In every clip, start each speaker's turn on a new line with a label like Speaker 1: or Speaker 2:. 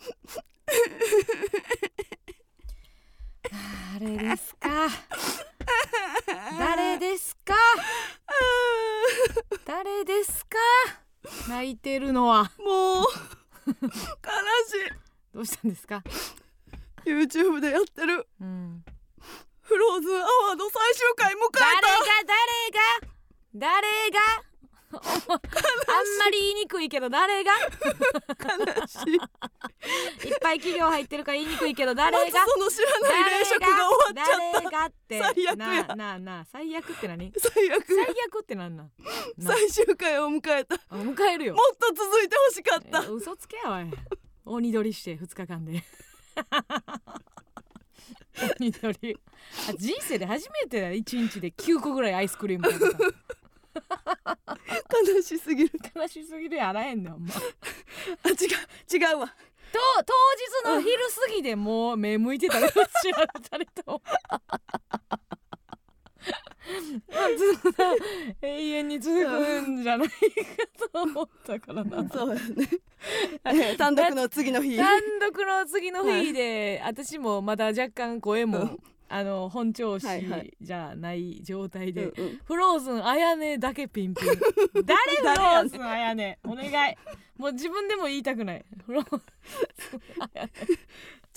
Speaker 1: 泣いてるのは
Speaker 2: もう悲し
Speaker 1: どうしたんですか
Speaker 2: い YouTube でやってる
Speaker 1: うん
Speaker 2: フローズンアワード最終回迎え
Speaker 1: 誰が
Speaker 2: た
Speaker 1: 誰が誰があんまり言いにくいけど誰が
Speaker 2: 悲しい
Speaker 1: いっぱい企業入ってるから言いにくいけど誰
Speaker 2: まず
Speaker 1: が
Speaker 2: その知らない冷食が終わっちゃった
Speaker 1: 誰がって
Speaker 2: 最悪や
Speaker 1: なあなあなあ最悪って 何
Speaker 2: 最悪
Speaker 1: 最
Speaker 2: や
Speaker 1: 悪ってなんなんな
Speaker 2: 最終回を迎えたも
Speaker 1: あ迎えるよ
Speaker 2: っと続いてほしかった
Speaker 1: え嘘つけやわい鬼取りして2日間で鬼取りあ人生で初めてだ1日で9個ぐらいアイスクリーム食べた
Speaker 2: 悲しすぎる
Speaker 1: 悲しすぎるやあらへんねんほんま当
Speaker 2: あ違う違うわ
Speaker 1: 当日の昼過ぎでもう目向いてたらどっちら誰と まあずっと永遠に続くんじゃないかと思ったからな
Speaker 2: そうやねえー単独の次の日
Speaker 1: 単独の次の日で、私もまだ若干声も、
Speaker 2: うん
Speaker 1: あの本調子
Speaker 2: はいはい
Speaker 1: じゃない状態で、
Speaker 2: うんうん
Speaker 1: フローズンあやねだけピ ンピン誰フローズンあやねお願いもう自分でも言いたくないフ ロー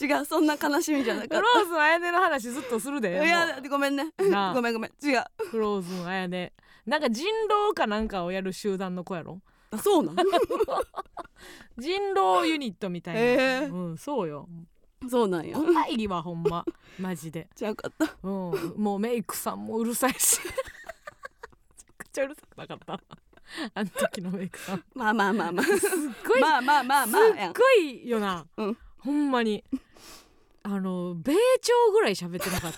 Speaker 2: 違うそんな悲しみじゃなかっ
Speaker 1: フローズンあやねの話ずっとするで
Speaker 2: たい
Speaker 1: も
Speaker 2: やごめんね
Speaker 1: なあ
Speaker 2: ごめんごめん違う
Speaker 1: うフローズンあやねなんか人狼かなんかをやる集団の子やろ
Speaker 2: あそうなん
Speaker 1: 人狼ユニットみたいな、
Speaker 2: へえ
Speaker 1: うんそうよ
Speaker 2: そうなんや
Speaker 1: 怖いわほんまマジで
Speaker 2: 違うかった
Speaker 1: うん、もうメイクさんもうるさいしめちゃくちゃうるさくなかったあの時のメイクさんす
Speaker 2: まあまあまあまあ
Speaker 1: っごい、
Speaker 2: まあまあまあまあや
Speaker 1: すっ
Speaker 2: ん
Speaker 1: ごいよな、
Speaker 2: うん
Speaker 1: ほんまにあの米朝ぐらい喋ってなかっ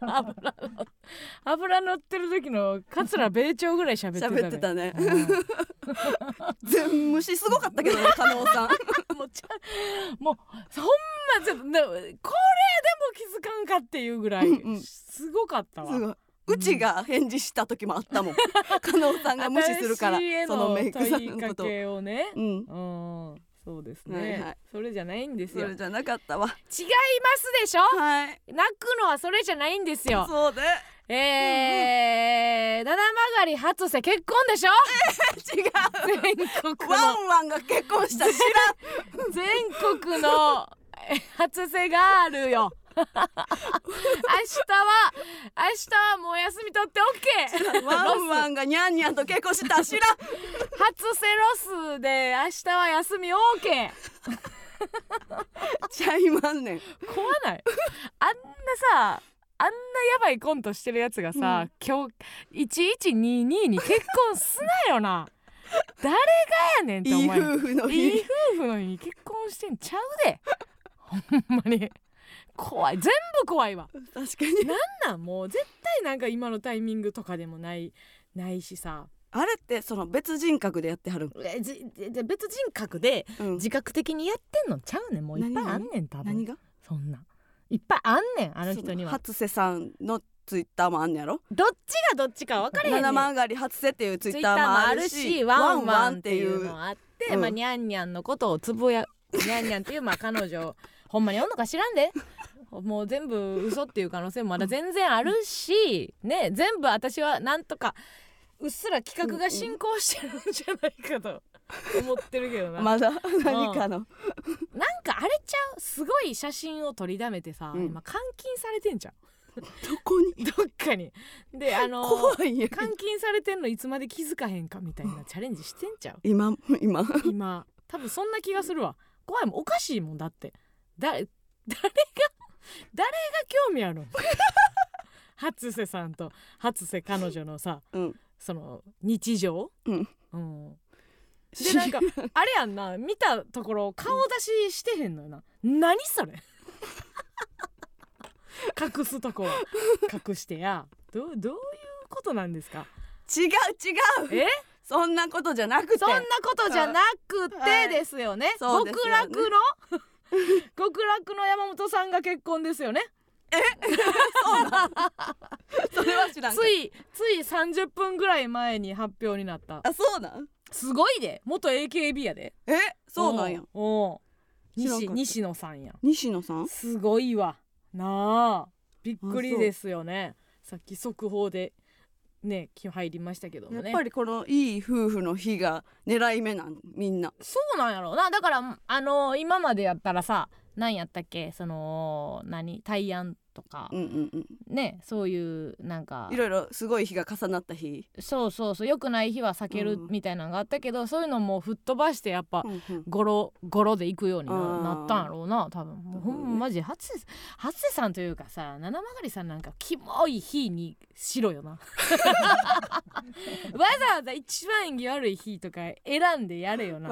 Speaker 1: た 油の油乗ってる時の桂米朝ぐらい喋ってたね
Speaker 2: 喋ってたね
Speaker 1: うん
Speaker 2: 全無視すごかったけどね加納 さん
Speaker 1: もうちゃもうほんまちょっとなこれでも気づかんかっていうぐらい、
Speaker 2: うんうん
Speaker 1: すごかったわ
Speaker 2: すごいうちが返事した時もあったもん加納さんが無視するか
Speaker 1: 新
Speaker 2: ら
Speaker 1: しい絵
Speaker 2: そのメイクさんの
Speaker 1: 問
Speaker 2: ことを
Speaker 1: いかけをね、
Speaker 2: うん
Speaker 1: うん、そうですね、
Speaker 2: はいはい
Speaker 1: それじゃないんです
Speaker 2: そ
Speaker 1: よ違
Speaker 2: れ
Speaker 1: い
Speaker 2: じゃなかったわ
Speaker 1: ますでしょ
Speaker 2: はい
Speaker 1: 泣くのはそれじゃないんですよ
Speaker 2: そうで
Speaker 1: えー、七曲り初瀬結婚でしょ
Speaker 2: 違う
Speaker 1: 全国
Speaker 2: ワ
Speaker 1: の
Speaker 2: ンワンが結婚した知
Speaker 1: 全国のえ初瀬ガールよ明日は明日はもう休み取って OK
Speaker 2: らんワンワンがニャンニャンと結婚した知らん
Speaker 1: 初瀬ロスで明日は休み OK
Speaker 2: ちゃいまんねん
Speaker 1: 怖ないあんなさあんなやばいコントしてるやつがさ、今日1122に結婚すなよな 誰がやねんって
Speaker 2: いい
Speaker 1: 思え
Speaker 2: 夫婦の
Speaker 1: いい
Speaker 2: 日
Speaker 1: 夫婦のに結婚してんちゃうでほんまに怖い全部怖いわ
Speaker 2: 確かに
Speaker 1: なんなんもう絶対なんか今のタイミングとかでもないないしさ
Speaker 2: あれってその別人格でやってはるん、
Speaker 1: えじじ別人格で
Speaker 2: うん、
Speaker 1: 自覚的にやってんのちゃうねんもういっぱい
Speaker 2: 何
Speaker 1: あんねん多
Speaker 2: 何
Speaker 1: 分
Speaker 2: が
Speaker 1: そんないっぱいあんねんあの
Speaker 2: そ
Speaker 1: 人
Speaker 2: の
Speaker 1: には
Speaker 2: 初瀬さんのツイッターもあんねやろ
Speaker 1: どっちがどっちか分かれへんねん
Speaker 2: 七曲がり初瀬っていうツイ
Speaker 1: ツイ
Speaker 2: ッ
Speaker 1: ッ
Speaker 2: タ
Speaker 1: ター
Speaker 2: ーも
Speaker 1: も
Speaker 2: あ
Speaker 1: あ
Speaker 2: る
Speaker 1: る
Speaker 2: し
Speaker 1: し
Speaker 2: ワ
Speaker 1: ワ
Speaker 2: ン
Speaker 1: ン
Speaker 2: ワ
Speaker 1: ワ
Speaker 2: ン
Speaker 1: ン
Speaker 2: っ
Speaker 1: ってて
Speaker 2: い
Speaker 1: いううのがあって、
Speaker 2: うん
Speaker 1: まあニャンニャンのことをつぶやニャンニャンっていうまあ彼女ほんまにおんのか知らんでもう全部嘘っていう可能性もまだ全然あるしね全部私はなんとかうっすら企画が進行してるんじゃないかと思ってるけどな、
Speaker 2: まだ何かの、
Speaker 1: なんかあれちゃうすごい写真を取りだめてさ、
Speaker 2: うん
Speaker 1: 今監禁されてんじゃん
Speaker 2: どこに
Speaker 1: どっかに。であの
Speaker 2: 怖いんやけど
Speaker 1: 監禁されてんのいつまで気づかへんかみたいなチャレンジしてんちゃう
Speaker 2: 今今
Speaker 1: 今多分そんな気がするわ怖いもんおかしいもんだってだ誰が誰が興味あるん初瀬さんと初瀬彼女のさ
Speaker 2: うん
Speaker 1: その日常、
Speaker 2: うん
Speaker 1: うんでなんかあれやんな見たところ顔出ししてへんのよな、何それ隠すとこは隠してやどうどういうことなんですか
Speaker 2: 違う違う
Speaker 1: え
Speaker 2: そんなことじゃなくて
Speaker 1: そんなことじゃなくてですよね。
Speaker 2: そう
Speaker 1: 極
Speaker 2: ですよね
Speaker 1: 楽の 極楽の山本さんが結婚ですよね。
Speaker 2: それは知らんか
Speaker 1: ついつい三十分ぐらい前に発表になった。
Speaker 2: あそうなん
Speaker 1: すごいで、元 AKB やで。
Speaker 2: えそうなんや
Speaker 1: おう。おう
Speaker 2: 知らんかっ
Speaker 1: 西
Speaker 2: た
Speaker 1: 西野さんやん。
Speaker 2: 西野さん
Speaker 1: すごいわ。なあ、びっくりですよね。さっき速報でね気入りましたけど
Speaker 2: や
Speaker 1: も
Speaker 2: っ
Speaker 1: ね
Speaker 2: ぱりこのいい夫婦の日が狙い目なんみんな
Speaker 1: そうなんやろうなだからあのー今までやったらさ何やったっけその何対案とか、
Speaker 2: うんうんうん
Speaker 1: ねそういうなんか
Speaker 2: いろいろすごい日が重なった日、
Speaker 1: そうそうそう良くない日は避ける
Speaker 2: うん
Speaker 1: みたいなのがあったけど、そういうのも吹っ飛ばしてやっぱ
Speaker 2: うんうん
Speaker 1: ゴロゴロで行くようにな
Speaker 2: あー
Speaker 1: なったんやろうな多分もうほ
Speaker 2: うんん
Speaker 1: まマジ初瀬初瀬さんというかさ七曲さんなんかキモい日にしろよ なわざわざ一番縁起悪い日とか選んでやれよな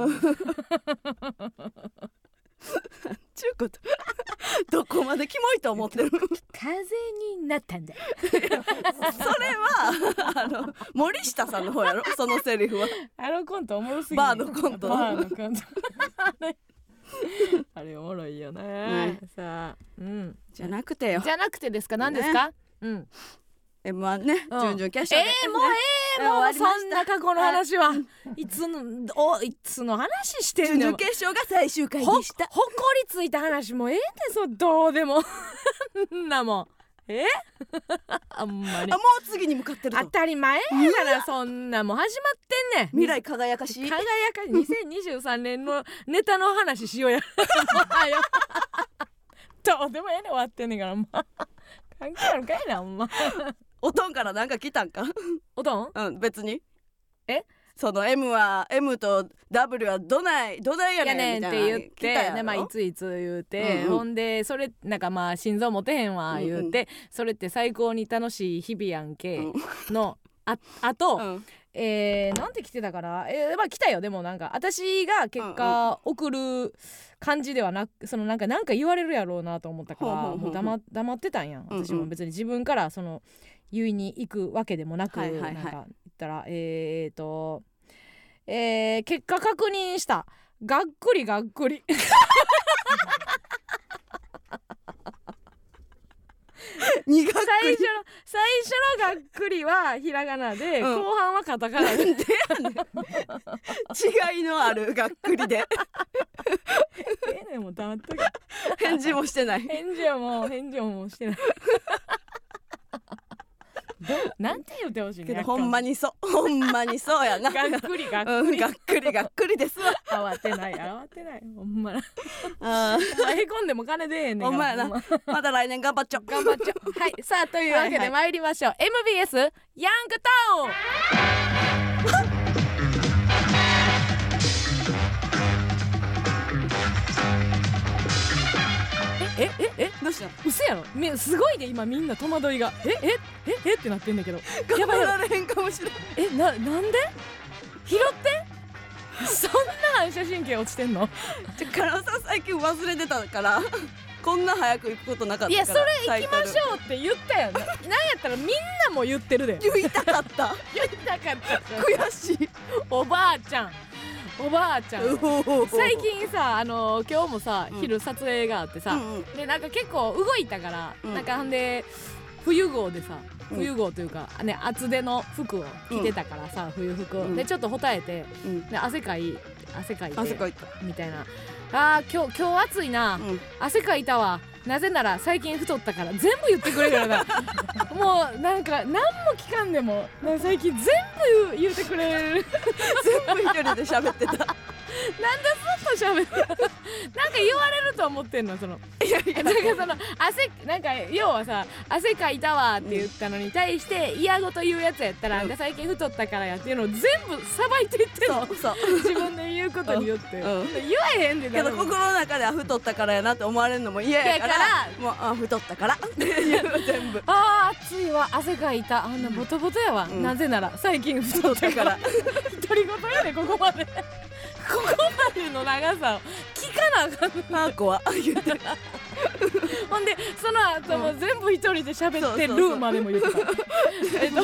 Speaker 2: ちゅうこと どこまでキモいと思ってる
Speaker 1: 風になったんだ
Speaker 2: それはあの森下さんの方やろそのセリフは
Speaker 1: あのコントおもろすぎる
Speaker 2: バーのコント
Speaker 1: バーのコントあれおもろいよね
Speaker 2: ね
Speaker 1: さあうん
Speaker 2: じゃなくてよ
Speaker 1: じゃなくてですか何ですか、うん、
Speaker 2: M1 ね
Speaker 1: うん
Speaker 2: 準々決勝
Speaker 1: え
Speaker 2: で、
Speaker 1: ー、もうええ
Speaker 2: うん
Speaker 1: もう
Speaker 2: 終わりま
Speaker 1: そ
Speaker 2: し
Speaker 1: ん
Speaker 2: た
Speaker 1: な過去の話はいつのおいつの話してん
Speaker 2: 準
Speaker 1: の
Speaker 2: 々決勝が最終回で
Speaker 1: ほほこ
Speaker 2: した
Speaker 1: りついた話もうええってそどうでもんなもんえあんまり
Speaker 2: あもう次に向かってる
Speaker 1: 当
Speaker 2: と
Speaker 1: たり前やからそんなもう始まってんねん
Speaker 2: 未来輝かしい
Speaker 1: 輝か2023年のネタの話しよう やあよどうでもええねん終わってんねんからほんま関係あるかいなほんま
Speaker 2: おとんからなんか来たんか
Speaker 1: おとん
Speaker 2: うん別に
Speaker 1: え
Speaker 2: その M は M と W はどないどないや
Speaker 1: やね
Speaker 2: ねん
Speaker 1: ん
Speaker 2: み
Speaker 1: ったて
Speaker 2: いな
Speaker 1: 言って、ねまあ、い
Speaker 2: い
Speaker 1: ついつ言うて、
Speaker 2: うんうん
Speaker 1: ほんでそれなんかまあ心臓持てへんわ言うて、それって最高に楽しい日々やんけの、ああと、
Speaker 2: うん
Speaker 1: えーなんて来てたかなえーまあ来たよでもなんか私が結果送る感じではなくそのなんかなんか言われるやろうなと思ったから
Speaker 2: ほうほうほう
Speaker 1: もう黙黙ってたんやん
Speaker 2: うんうん
Speaker 1: 私も別に自分からその言いに行くわけでもなく、
Speaker 2: はいはいはい
Speaker 1: なんか言ったらえー、とえー結果確認したがっくりがっくり
Speaker 2: 苦く
Speaker 1: 最初の最初のがっくりはひらがなで、
Speaker 2: うん
Speaker 1: 後半はカタカナで
Speaker 2: なんで やねん違いのあるがっくりで
Speaker 1: ええねんもう黙っとけ
Speaker 2: 返事もしてない
Speaker 1: 返事はもう返事はもうしてない。 どうなんて言ってほしい
Speaker 2: け
Speaker 1: ね。
Speaker 2: どほんま
Speaker 1: に。
Speaker 2: にそうほんまにそうや な
Speaker 1: がっくりがっ
Speaker 2: う
Speaker 1: く
Speaker 2: ん
Speaker 1: り。
Speaker 2: がっくりがっくりですわ
Speaker 1: 慌てない慌てない。ほんま な。
Speaker 2: あ
Speaker 1: お前へこんでも金出えへんねん
Speaker 2: ほんまやな
Speaker 1: 頑
Speaker 2: ーまた来年頑張っ ちょ
Speaker 1: 張っちょ。はい。さあというわけ
Speaker 2: はいは
Speaker 1: で
Speaker 2: い
Speaker 1: 参りましょう。MBS ヤングタウン。 ええええ
Speaker 2: どうした
Speaker 1: 嘘やろみすごいで今みんな戸惑いがええええってなってんだけ どや
Speaker 2: 頑
Speaker 1: ばいやば
Speaker 2: 張
Speaker 1: い
Speaker 2: られへんかもしれない
Speaker 1: えななんで拾ってそんな反射神経落ちてんの
Speaker 2: ちょカラオさん最近忘れてたから こんな早く行くことなかったか
Speaker 1: い
Speaker 2: ら
Speaker 1: やそれ
Speaker 2: 行
Speaker 1: 行きましょうって言った よねなんやったらみんなも言ってるで
Speaker 2: ょう言いたか った
Speaker 1: 言いたかった
Speaker 2: 悔しい
Speaker 1: おばあちゃんおばあちゃん最近さあの今日もさ
Speaker 2: うん
Speaker 1: 昼撮影があってさ、
Speaker 2: うんうん
Speaker 1: でなんか結構動いたから、
Speaker 2: うん
Speaker 1: なんかほんで冬号でさ
Speaker 2: うん
Speaker 1: 冬号というか、ね、厚手の服を着てたからさ、冬服を、
Speaker 2: うん
Speaker 1: でちょっとほたえて
Speaker 2: うん
Speaker 1: で汗かい汗かいて
Speaker 2: 汗かいた
Speaker 1: みたいなあー今日今日暑いな、
Speaker 2: うん
Speaker 1: 汗かいたわなぜなら最近太ったから全部言ってくれるからな もうなんか何も聞かんでもなんか最近全部言う言ってくれ る
Speaker 2: 全部一人で喋ってた
Speaker 1: ずっと喋ってなんか言われると思ってんのその
Speaker 2: いやいや
Speaker 1: なんかその汗なんか要はさ汗かいたわって言ったのに対して嫌ごと言うやつやったら、
Speaker 2: うん
Speaker 1: なんか最近太ったからやっていうのを全部さばいていってんの
Speaker 2: そうそう
Speaker 1: 自分で言うことによって、
Speaker 2: うんうん
Speaker 1: 言わへんで
Speaker 2: けど
Speaker 1: 誰も
Speaker 2: 心の中では太ったからやなって思われるのも嫌やから
Speaker 1: 嫌
Speaker 2: もうあ太っ たからっていう全部
Speaker 1: あー暑いわ汗かいたあんなボトボトやわ、
Speaker 2: うん
Speaker 1: なぜなら最近太
Speaker 2: 太
Speaker 1: った
Speaker 2: った
Speaker 1: か
Speaker 2: からら
Speaker 1: 独り言やで ここまでここまでの長さを聞かなあかん
Speaker 2: マーコは言って
Speaker 1: ほんでその後も全部一人で喋って
Speaker 2: そうそうそ
Speaker 1: る
Speaker 2: う
Speaker 1: までも言って たえっと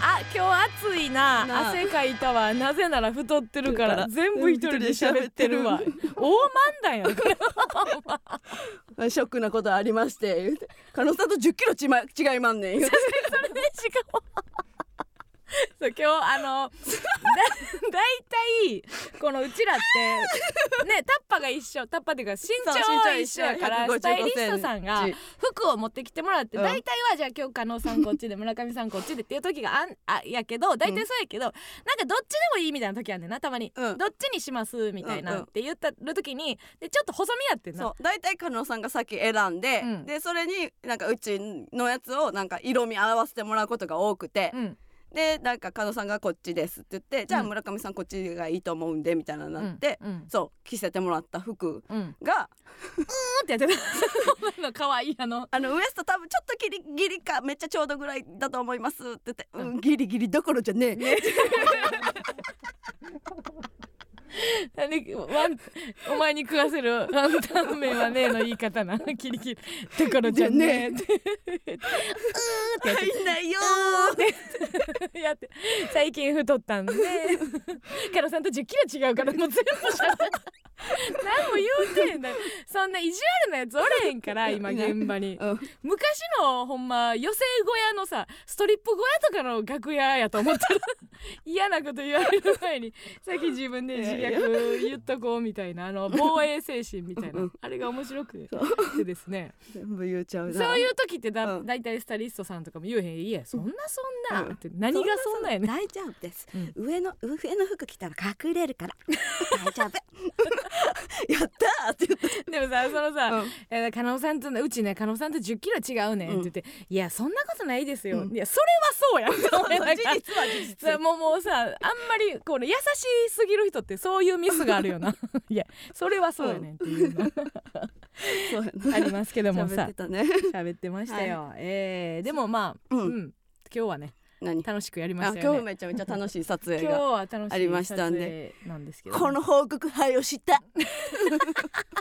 Speaker 1: あ今日暑いな
Speaker 2: なあ
Speaker 1: 汗かいたわなぜなら太ってるか
Speaker 2: だ
Speaker 1: ら
Speaker 2: から
Speaker 1: 全部一人で喋ってるわ大漫談やんこれ
Speaker 2: ショックなことありまして言うて「狩野さんと1 0キロちま違いまんねん」言うて
Speaker 1: それでしかも そう今日あのだ 大体このうちらってねタッパが一緒タッパっていうか身
Speaker 2: そう
Speaker 1: 長は一緒やから
Speaker 2: 155
Speaker 1: スタイリストさんが
Speaker 2: センチ
Speaker 1: 服を持ってきてもらって、
Speaker 2: うん
Speaker 1: 大体はじゃあ今日加納さんこっちで村上さんこっちでっていう時があん あやけど大体そうやけど、なんかどっちでもいいみたいな時あんねんなたまに、
Speaker 2: うん
Speaker 1: どっちにしますみたいなって言ったる時にでちょっと細身やってんな
Speaker 2: そう大体加納さんが先選んで、
Speaker 1: うん
Speaker 2: でそれになんかうちのやつをなんか色味合わせてもらうことが多くて、
Speaker 1: うん
Speaker 2: でなんか加納さんがこっちですって言ってじゃあ
Speaker 1: うん
Speaker 2: 村上さんこっちがいいと思うんでみたいなのになって、
Speaker 1: うん
Speaker 2: そう着せてもらった服
Speaker 1: うん、うん
Speaker 2: が
Speaker 1: ってやってた 今可愛いあの
Speaker 2: あのウエスト多分ちょっとギリギリかめっちゃちょうどぐらいだと思いますって言って、
Speaker 1: う
Speaker 2: うんん、ギリギリどころじゃねえ
Speaker 1: 何ワンお前に食わせるワンタン麺はねえの言い方なキリキリところじゃねえって
Speaker 2: 入ん ないよ
Speaker 1: やって最近太ったんでカロさんと1 0キロ違うからもう全部しゃべった何も言うてんだそんな意地悪なやつおれへんから今現場に
Speaker 2: ー、うん
Speaker 1: 昔のほんま寄席小屋のさストリップ小屋とかの楽屋やと思 ったら嫌なこと言われる前にさっき自分で自虐言っとこうみたいなあの防衛精神みたいなあれが面白くてですね
Speaker 2: 全部言っちゃうな
Speaker 1: そういう時ってだ,、
Speaker 2: うん
Speaker 1: だいたいスタイリストさんとかも言えへん「いやそんなそんな」
Speaker 2: うん
Speaker 1: って何がそんなやねん
Speaker 2: 大丈夫です、
Speaker 1: うん
Speaker 2: 上の上の服着たら隠れるから大丈夫 やったーって言って、
Speaker 1: でもさそのさ、
Speaker 2: うん
Speaker 1: えー、加納さんとねうちね加納さんと1 0キロ違うねんって言って「いやそんなことないですよ」
Speaker 2: うん
Speaker 1: いやそれはそうやん」と思いながら
Speaker 2: 事実は事実
Speaker 1: さもうもうさあんまりこの優しすぎる人ってそういうミスがあるよ ないやそれはそうやねんっていうの
Speaker 2: そうや
Speaker 1: ありますけども
Speaker 2: な喋っ
Speaker 1: さ
Speaker 2: てたね
Speaker 1: 喋ってましたよ、えーでもまあ、
Speaker 2: う
Speaker 1: うん
Speaker 2: ん
Speaker 1: 今日はね
Speaker 2: 何
Speaker 1: 楽しくやりま
Speaker 2: あ
Speaker 1: したよ
Speaker 2: 今日
Speaker 1: ね
Speaker 2: めちゃめちゃ楽しい撮
Speaker 1: 今
Speaker 2: 影
Speaker 1: 日
Speaker 2: が
Speaker 1: は楽し
Speaker 2: ありま
Speaker 1: い
Speaker 2: し
Speaker 1: 撮
Speaker 2: たん
Speaker 1: 影
Speaker 2: で
Speaker 1: なんですけどね、
Speaker 2: この報告はいをした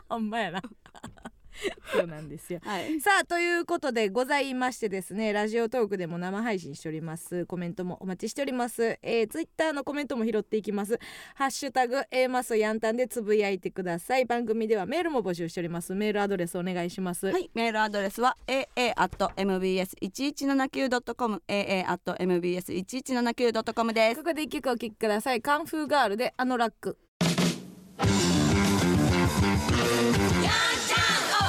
Speaker 1: ほんま やなそうなんですよ
Speaker 2: はい
Speaker 1: さあということでございましてですねラジオトークでも生配信しておりますコメントもお待ちしております、えー、ツイッターのコメントも拾っていきますハッシュタグ A マスヤンタンでつぶやいてください番組ではメールも募集しておりますメールアドレスお願いします
Speaker 2: はい、メールアドレスは aa.mbs1179.com aa.mbs1179.com です
Speaker 1: ここで一曲お聴きくださいカンフーガールであのラック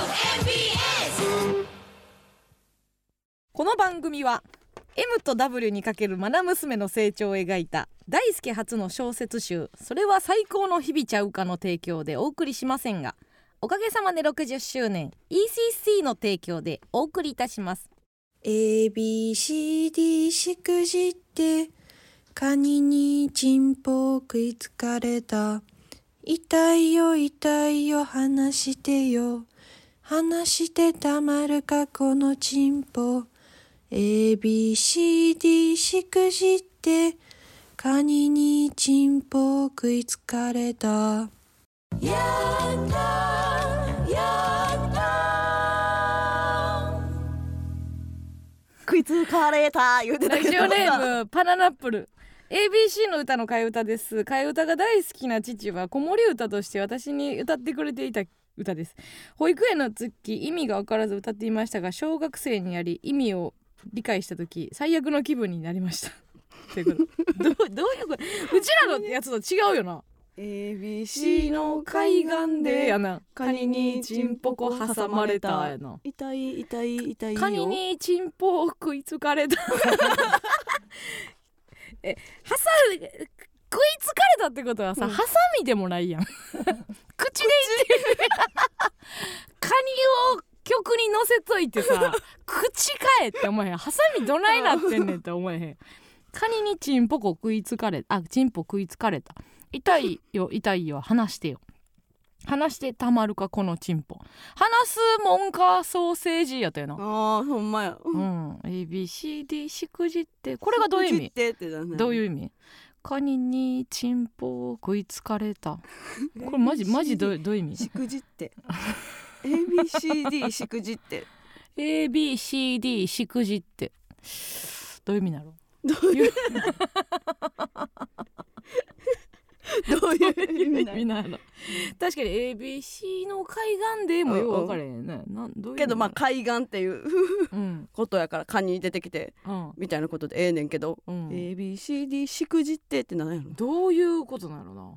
Speaker 3: MBS
Speaker 1: この番組は M と W にかけるマナ娘の成長を描いた大輔初の小説集「それは最高の日々ちゃうか」の提供でお送りしませんがおかげさまで60周年 ECC の提供でお送りいたします
Speaker 4: ABCD しくじってカニにチンポ食いつかれた痛いよ痛いよ話してよ話してたまるかこのチンポ ABCD しくじってカニにチンポ食いつかれた
Speaker 3: やったやった
Speaker 2: 食いつかれた言うてた
Speaker 1: ラ
Speaker 2: けど
Speaker 1: ジオネ ームパナナップル ABC の歌の替え歌です替え歌が大好きな父は子守歌として私に歌ってくれていた歌です保育園の月意味が分からず歌っていましたが小学生になり意味を理解した時最悪の気分になりました ということどうどういうことうちらのやつと違うよな
Speaker 2: ABC の
Speaker 1: やな
Speaker 2: カニにチンポコ挟まれた
Speaker 1: やな
Speaker 2: 痛い痛い痛いよ
Speaker 1: カニにチンポを食いつかれた え挟む食いつかれたってことはさ、ハサミでもない やん口でいってるカニを曲に乗せといてさ 口かえって思えへんハサミどないなってんねんって思えへんカニにチンポコ食いつかれあチンポ食いつかれた痛いよ痛いよ話してよ話してたまるかこのチンポ話すもんかソーセージやったよな
Speaker 2: あーほんまや
Speaker 1: うん、ABCD しくじってこれがどういう意
Speaker 2: 口っ
Speaker 1: 味
Speaker 2: てってだね
Speaker 1: どういう意味カニにチンポを食いつかれ たこれマジマジどうどういう意味
Speaker 2: しくじって ABCD しくじって
Speaker 1: ABCD しくじって どういう意味だろう
Speaker 2: どういうどういう意
Speaker 1: み
Speaker 2: 味なん
Speaker 1: なの確かに ABC の海岸でもよく分かれへんねなんどういう意味
Speaker 2: けどまあ海岸っていう
Speaker 1: うん
Speaker 2: ことやからカニ出てきて
Speaker 1: うん
Speaker 2: みたいなことでええねんけど、
Speaker 1: うん
Speaker 2: ABCD しくじってってなんやろ
Speaker 1: どういうことなのなああ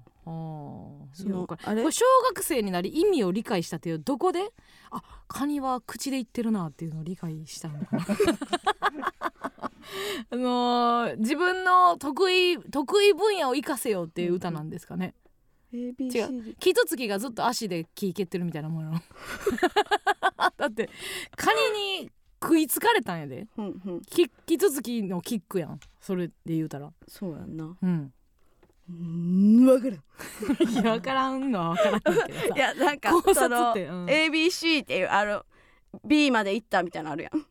Speaker 2: その
Speaker 1: そうか
Speaker 2: あれ
Speaker 1: これ小学生になり意味を理解したというどこであカニは口で言ってるなっていうのを理解したの かなあのー自分の得意得意分野を生かせよっていう歌なんですかね
Speaker 2: ABCD
Speaker 1: 木と月がずっと足で木蹴ってるみたいなもんやろ だってカニに食いつかれたんやで
Speaker 2: うんうん
Speaker 1: 木木と月のキックやんそれで言うたら
Speaker 2: そうやんな
Speaker 1: うん
Speaker 2: うん分からん
Speaker 1: いや分からんのは分からんけどさ
Speaker 2: いやなんか
Speaker 1: 考察
Speaker 2: その、
Speaker 1: ってうん
Speaker 2: ABC っていうあの B まで行ったみたいなのあるやん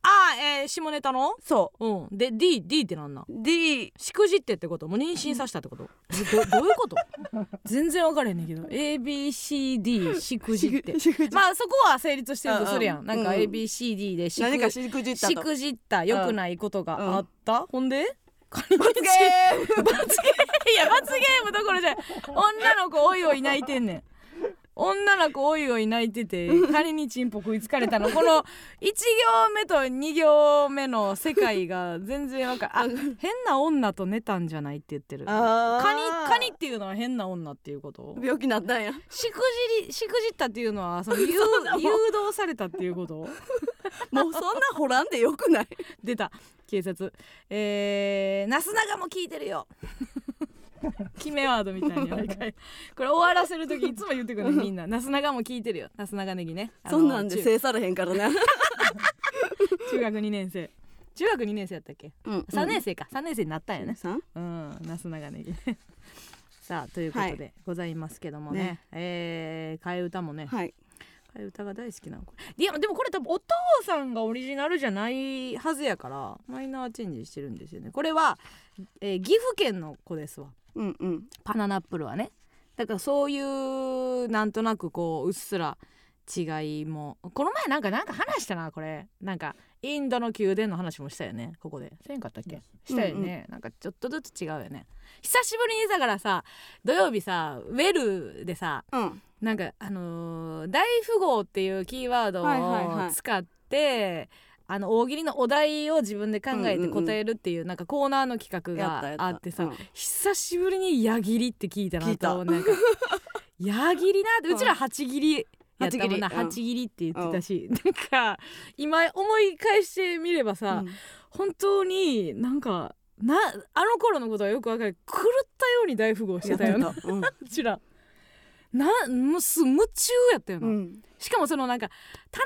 Speaker 1: あーえー下ネタの
Speaker 2: そ
Speaker 1: うんで DD ってなんなん
Speaker 2: う D
Speaker 1: しくじってってこともう妊娠させたってことどどういうこと 全然分からへんねんけど ABCD しくじって
Speaker 2: しくじ
Speaker 1: まあそこは成立してるとするや
Speaker 2: うんん
Speaker 1: なんか
Speaker 2: うん
Speaker 1: ABCD でし
Speaker 2: 何
Speaker 1: く
Speaker 2: かしくじった
Speaker 1: し
Speaker 2: と
Speaker 1: くじった良くないことがあった、ほんで罰ゲ
Speaker 2: 罰ゲ
Speaker 1: 罰ゲ
Speaker 2: ーム
Speaker 1: ームいや罰ゲームどころじゃない女の子おいおい泣いてんねん女の子おいおい泣いてて仮にチンポ食いつかれたのこの1行目と2行目の世界が全然わかんあ変な女と寝たんじゃないって言ってるカ
Speaker 2: あー
Speaker 1: ニカニっていうのは変な女っていうこと
Speaker 2: 病気になったんや
Speaker 1: しくじりしくじったっていうのは その誘
Speaker 2: そうだもん
Speaker 1: 誘導されたっていうこと
Speaker 2: もうそんな掘らんでよくない
Speaker 1: 出た警察えー、なすなかも聞いてるよ 決めワードみた いに毎回これ終わらせる時いつも言ってくるのみんな なすなかも聞いてるよなすなかネギねあの
Speaker 2: そんなんで
Speaker 1: 中
Speaker 2: 制されへんからね
Speaker 1: 中学2年生中学2年生やったっけ
Speaker 2: うん
Speaker 1: 3年生か3年生になったんやね
Speaker 2: さん
Speaker 1: うんなすなか ネギねさあということでございますけどもね,、
Speaker 2: ね
Speaker 1: えー替え歌もね、
Speaker 2: はい
Speaker 1: 替え歌が大好きなのこれいやでもこれ多分お父さんがオリジナルじゃないはずやからマイナーチェンジしてるんですよねこれは、えー岐阜県の子ですわ
Speaker 2: うんうん
Speaker 1: パナナップルはねだからそういうなんとなくこううっすら違いもこの前なんかなんか話したなこれなんかインドの宮殿の話もしたよねここでせんかったっけしたよね、なんかちょっとずつ違うよね久しぶりにだからさ土曜日さウェルでさ
Speaker 2: うん
Speaker 1: なんかあのー大富豪っていうキーワード
Speaker 2: はいはいは
Speaker 1: を
Speaker 2: い
Speaker 1: 使って、あの大喜利のお題を自分で考え
Speaker 2: うんうん
Speaker 1: て
Speaker 2: うん
Speaker 1: 答えるっていうなんかコーナーの企画
Speaker 2: やったやっ
Speaker 1: が
Speaker 2: た
Speaker 1: あってさ、
Speaker 2: うん
Speaker 1: 久しぶりに矢切りって聞いた
Speaker 2: 聞
Speaker 1: ない
Speaker 2: た
Speaker 1: となんか矢切りなってうちら八切りやったもんな
Speaker 2: 八切りうん
Speaker 1: 八切りって言ってたし、なんか今思い返してみればさ、
Speaker 2: うん
Speaker 1: 本当になんかなあの頃のことはよくわかる狂ったように大富豪してたよな
Speaker 2: やってたうん
Speaker 1: うちらなもうす夢中やったよな、
Speaker 2: うん
Speaker 1: しかもそのなんか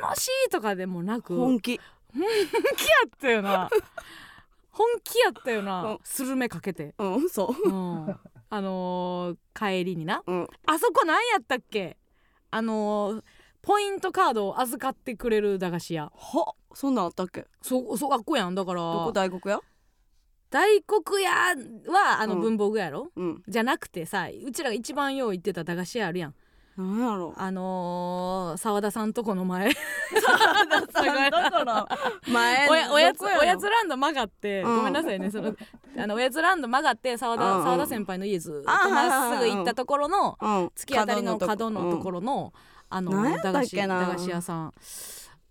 Speaker 1: 楽しいとかでもなく本
Speaker 2: 本気
Speaker 1: 気やったよ な本気やったよ
Speaker 2: う
Speaker 1: なんスルメかけ て、
Speaker 2: うんそう
Speaker 1: うん、あのー帰りにな
Speaker 2: うん
Speaker 1: あそこ何やったっけあのーポイントカードを預かってくれる駄菓子屋
Speaker 2: はそんなんあったっけ
Speaker 1: そそあっこやんだから
Speaker 2: どこ大黒屋
Speaker 1: 大黒屋はあの
Speaker 2: うん
Speaker 1: 文房具屋やろ、
Speaker 2: うん
Speaker 1: じゃなくてさうちらが一番よう行ってた駄菓子屋あるやん
Speaker 2: なん やろ
Speaker 1: あのー、沢田さんとこの前
Speaker 2: だから前
Speaker 1: おやおやつ
Speaker 2: どころ
Speaker 1: おやつランド曲がって、
Speaker 2: うん
Speaker 1: ごめんなさいねそのあのおやつランド曲がって沢田
Speaker 2: うんうん
Speaker 1: 沢田先輩の家ずっと
Speaker 2: あはいはい
Speaker 1: まっす
Speaker 2: はい
Speaker 1: ぐ行ったところの
Speaker 2: うん
Speaker 1: 突き当たりの角のとこ
Speaker 2: ろ
Speaker 1: ろの、あの
Speaker 2: なんやった
Speaker 1: 駄
Speaker 2: っ
Speaker 1: 菓子
Speaker 2: け
Speaker 1: 駄
Speaker 2: な
Speaker 1: 菓子屋さん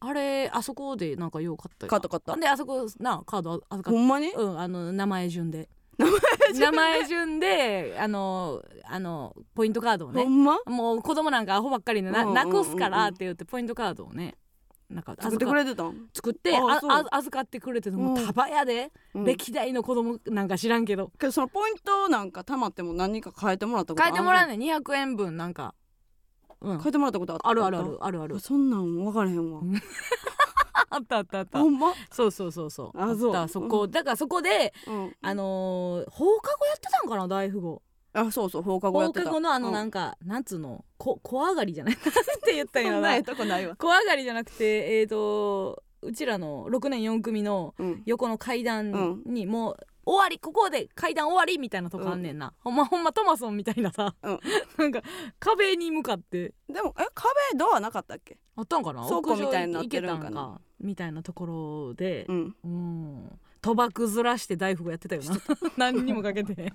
Speaker 1: あれあそこでなんかよう買ったよ
Speaker 2: 買った買った
Speaker 1: であそこなカード預かっ
Speaker 2: ほんまに
Speaker 1: うん、あの名前順で名前順であのあのポイントカードをね
Speaker 2: ほんま
Speaker 1: もう子供なんかアホばっかりでな
Speaker 2: うんうんうんうん
Speaker 1: なくすからって言ってポイントカードをねなんか
Speaker 2: 作ってくれてたん
Speaker 1: 作って
Speaker 2: あ
Speaker 1: あ
Speaker 2: そう
Speaker 1: あ預かってくれてもう
Speaker 2: う
Speaker 1: ん束やで、
Speaker 2: うん
Speaker 1: 歴代の子供なんか知らんけど
Speaker 2: けどそのポイントなんかたまっても何か変えてもらったことあ
Speaker 1: 変え
Speaker 2: る
Speaker 1: てもらうね200円分なんか、うん、
Speaker 2: 変えてもらったことあった
Speaker 1: あるあるあるあるある
Speaker 2: そんなん分からへんわ
Speaker 1: あったあったあった
Speaker 2: ほんま
Speaker 1: そうそうそうそう
Speaker 2: あそう
Speaker 1: ったそこだからそこで
Speaker 2: うん
Speaker 1: あのー放課後やってたんかな大富豪
Speaker 2: あそうそう放課後やっ
Speaker 1: 放
Speaker 2: てた
Speaker 1: 課後のあのな
Speaker 2: うん
Speaker 1: か、なんつうのこ小上がりじゃない なんて言ったん
Speaker 2: そ
Speaker 1: やろ
Speaker 2: ん
Speaker 1: な
Speaker 2: なええとこないわ
Speaker 1: 小上がりじゃなくてえー、とうちらの6年4組の
Speaker 2: うん
Speaker 1: 横の階段にもう終わりここで階段終わりみたいなとこあんねんな、ほんまほ んまトマソンみたいなさ、
Speaker 2: うん
Speaker 1: なんか壁に向かって
Speaker 2: でもえ壁ドアなかったっけ
Speaker 1: あったんかな
Speaker 2: 倉庫みたいになっ
Speaker 1: 屋上
Speaker 2: てるん
Speaker 1: 行
Speaker 2: かな
Speaker 1: けたみたいなところで
Speaker 2: う、ん
Speaker 1: うん、賭博ずらして大福やってたよな何にもかけて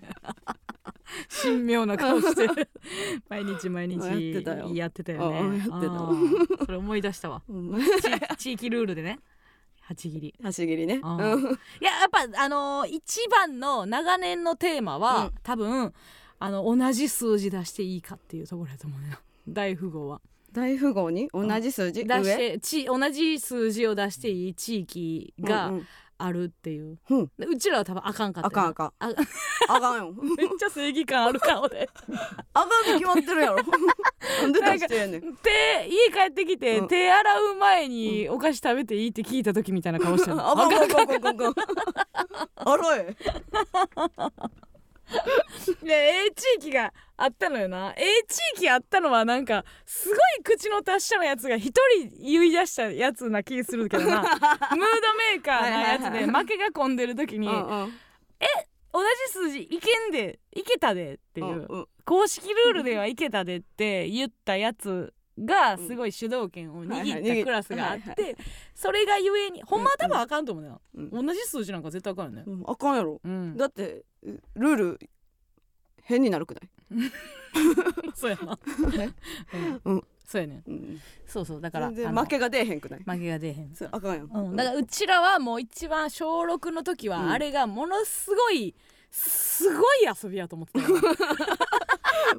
Speaker 1: 神妙な顔して 毎日毎日
Speaker 2: やってたよ
Speaker 1: やってたよね
Speaker 2: うんやってた
Speaker 1: あーそれ思い出したわ
Speaker 2: うん
Speaker 1: 地地域ルールでね八切り
Speaker 2: 走りね。う
Speaker 1: あ
Speaker 2: ん
Speaker 1: ーいややっぱあのー一番の長年のテーマは、
Speaker 2: うん
Speaker 1: 多分あの同じ数字出していいかっていうところだと思うね 大富豪は
Speaker 2: 大富豪に同じ数字
Speaker 1: 出
Speaker 2: 上
Speaker 1: してち同じ数字を出していい地域
Speaker 2: う
Speaker 1: が
Speaker 2: んうん
Speaker 1: あるっていう、
Speaker 2: う
Speaker 1: うんうちらは多分あかんかった
Speaker 2: あ
Speaker 1: よな
Speaker 2: かんあかん
Speaker 1: あ
Speaker 2: あかんよ。
Speaker 1: めっちゃ正義感ある顔で
Speaker 2: あかんに決まってるやろ。 なんで出してんねん。
Speaker 1: 手家帰ってきて、
Speaker 2: うん
Speaker 1: 手洗う前にお菓子食べていいって聞いた時みたいな顔して る
Speaker 2: あかんあかんあかんあかんあかん。あらえ。
Speaker 1: いや A 地域があったのよな A 地域あったのはなんかすごい口の達者のやつが一人言い出したやつな気するけど なムードメーカーなやつ
Speaker 2: はい
Speaker 1: で
Speaker 2: はいは
Speaker 1: 負けが込んでる時
Speaker 2: う
Speaker 1: に
Speaker 2: んうん
Speaker 1: 同じ数字いけんでいけたでっていう、
Speaker 2: うんうん
Speaker 1: 公式ルールではいけたでって言ったやつがすごい主導権を
Speaker 2: はいは
Speaker 1: 握っ
Speaker 2: い
Speaker 1: たクラスがあっ
Speaker 2: はい
Speaker 1: てそれがゆえにほんまは多分あかんと思うよ、
Speaker 2: うん
Speaker 1: 同じ数字なんか絶対あかんよね、
Speaker 2: うん。あかんやろ。
Speaker 1: うん、
Speaker 2: だってルール変になるくない。
Speaker 1: そうやな、 う
Speaker 2: うんん、
Speaker 1: そうやね
Speaker 2: うん
Speaker 1: そうそうだから
Speaker 2: 全然
Speaker 1: あの
Speaker 2: 負けが出えへんくない。
Speaker 1: 負けが出えへん
Speaker 2: そうあかんやん。
Speaker 1: うん、だからうちらはもう一番小6の時
Speaker 2: うん
Speaker 1: はあれがものすごいすごい遊びやと思ってたよマ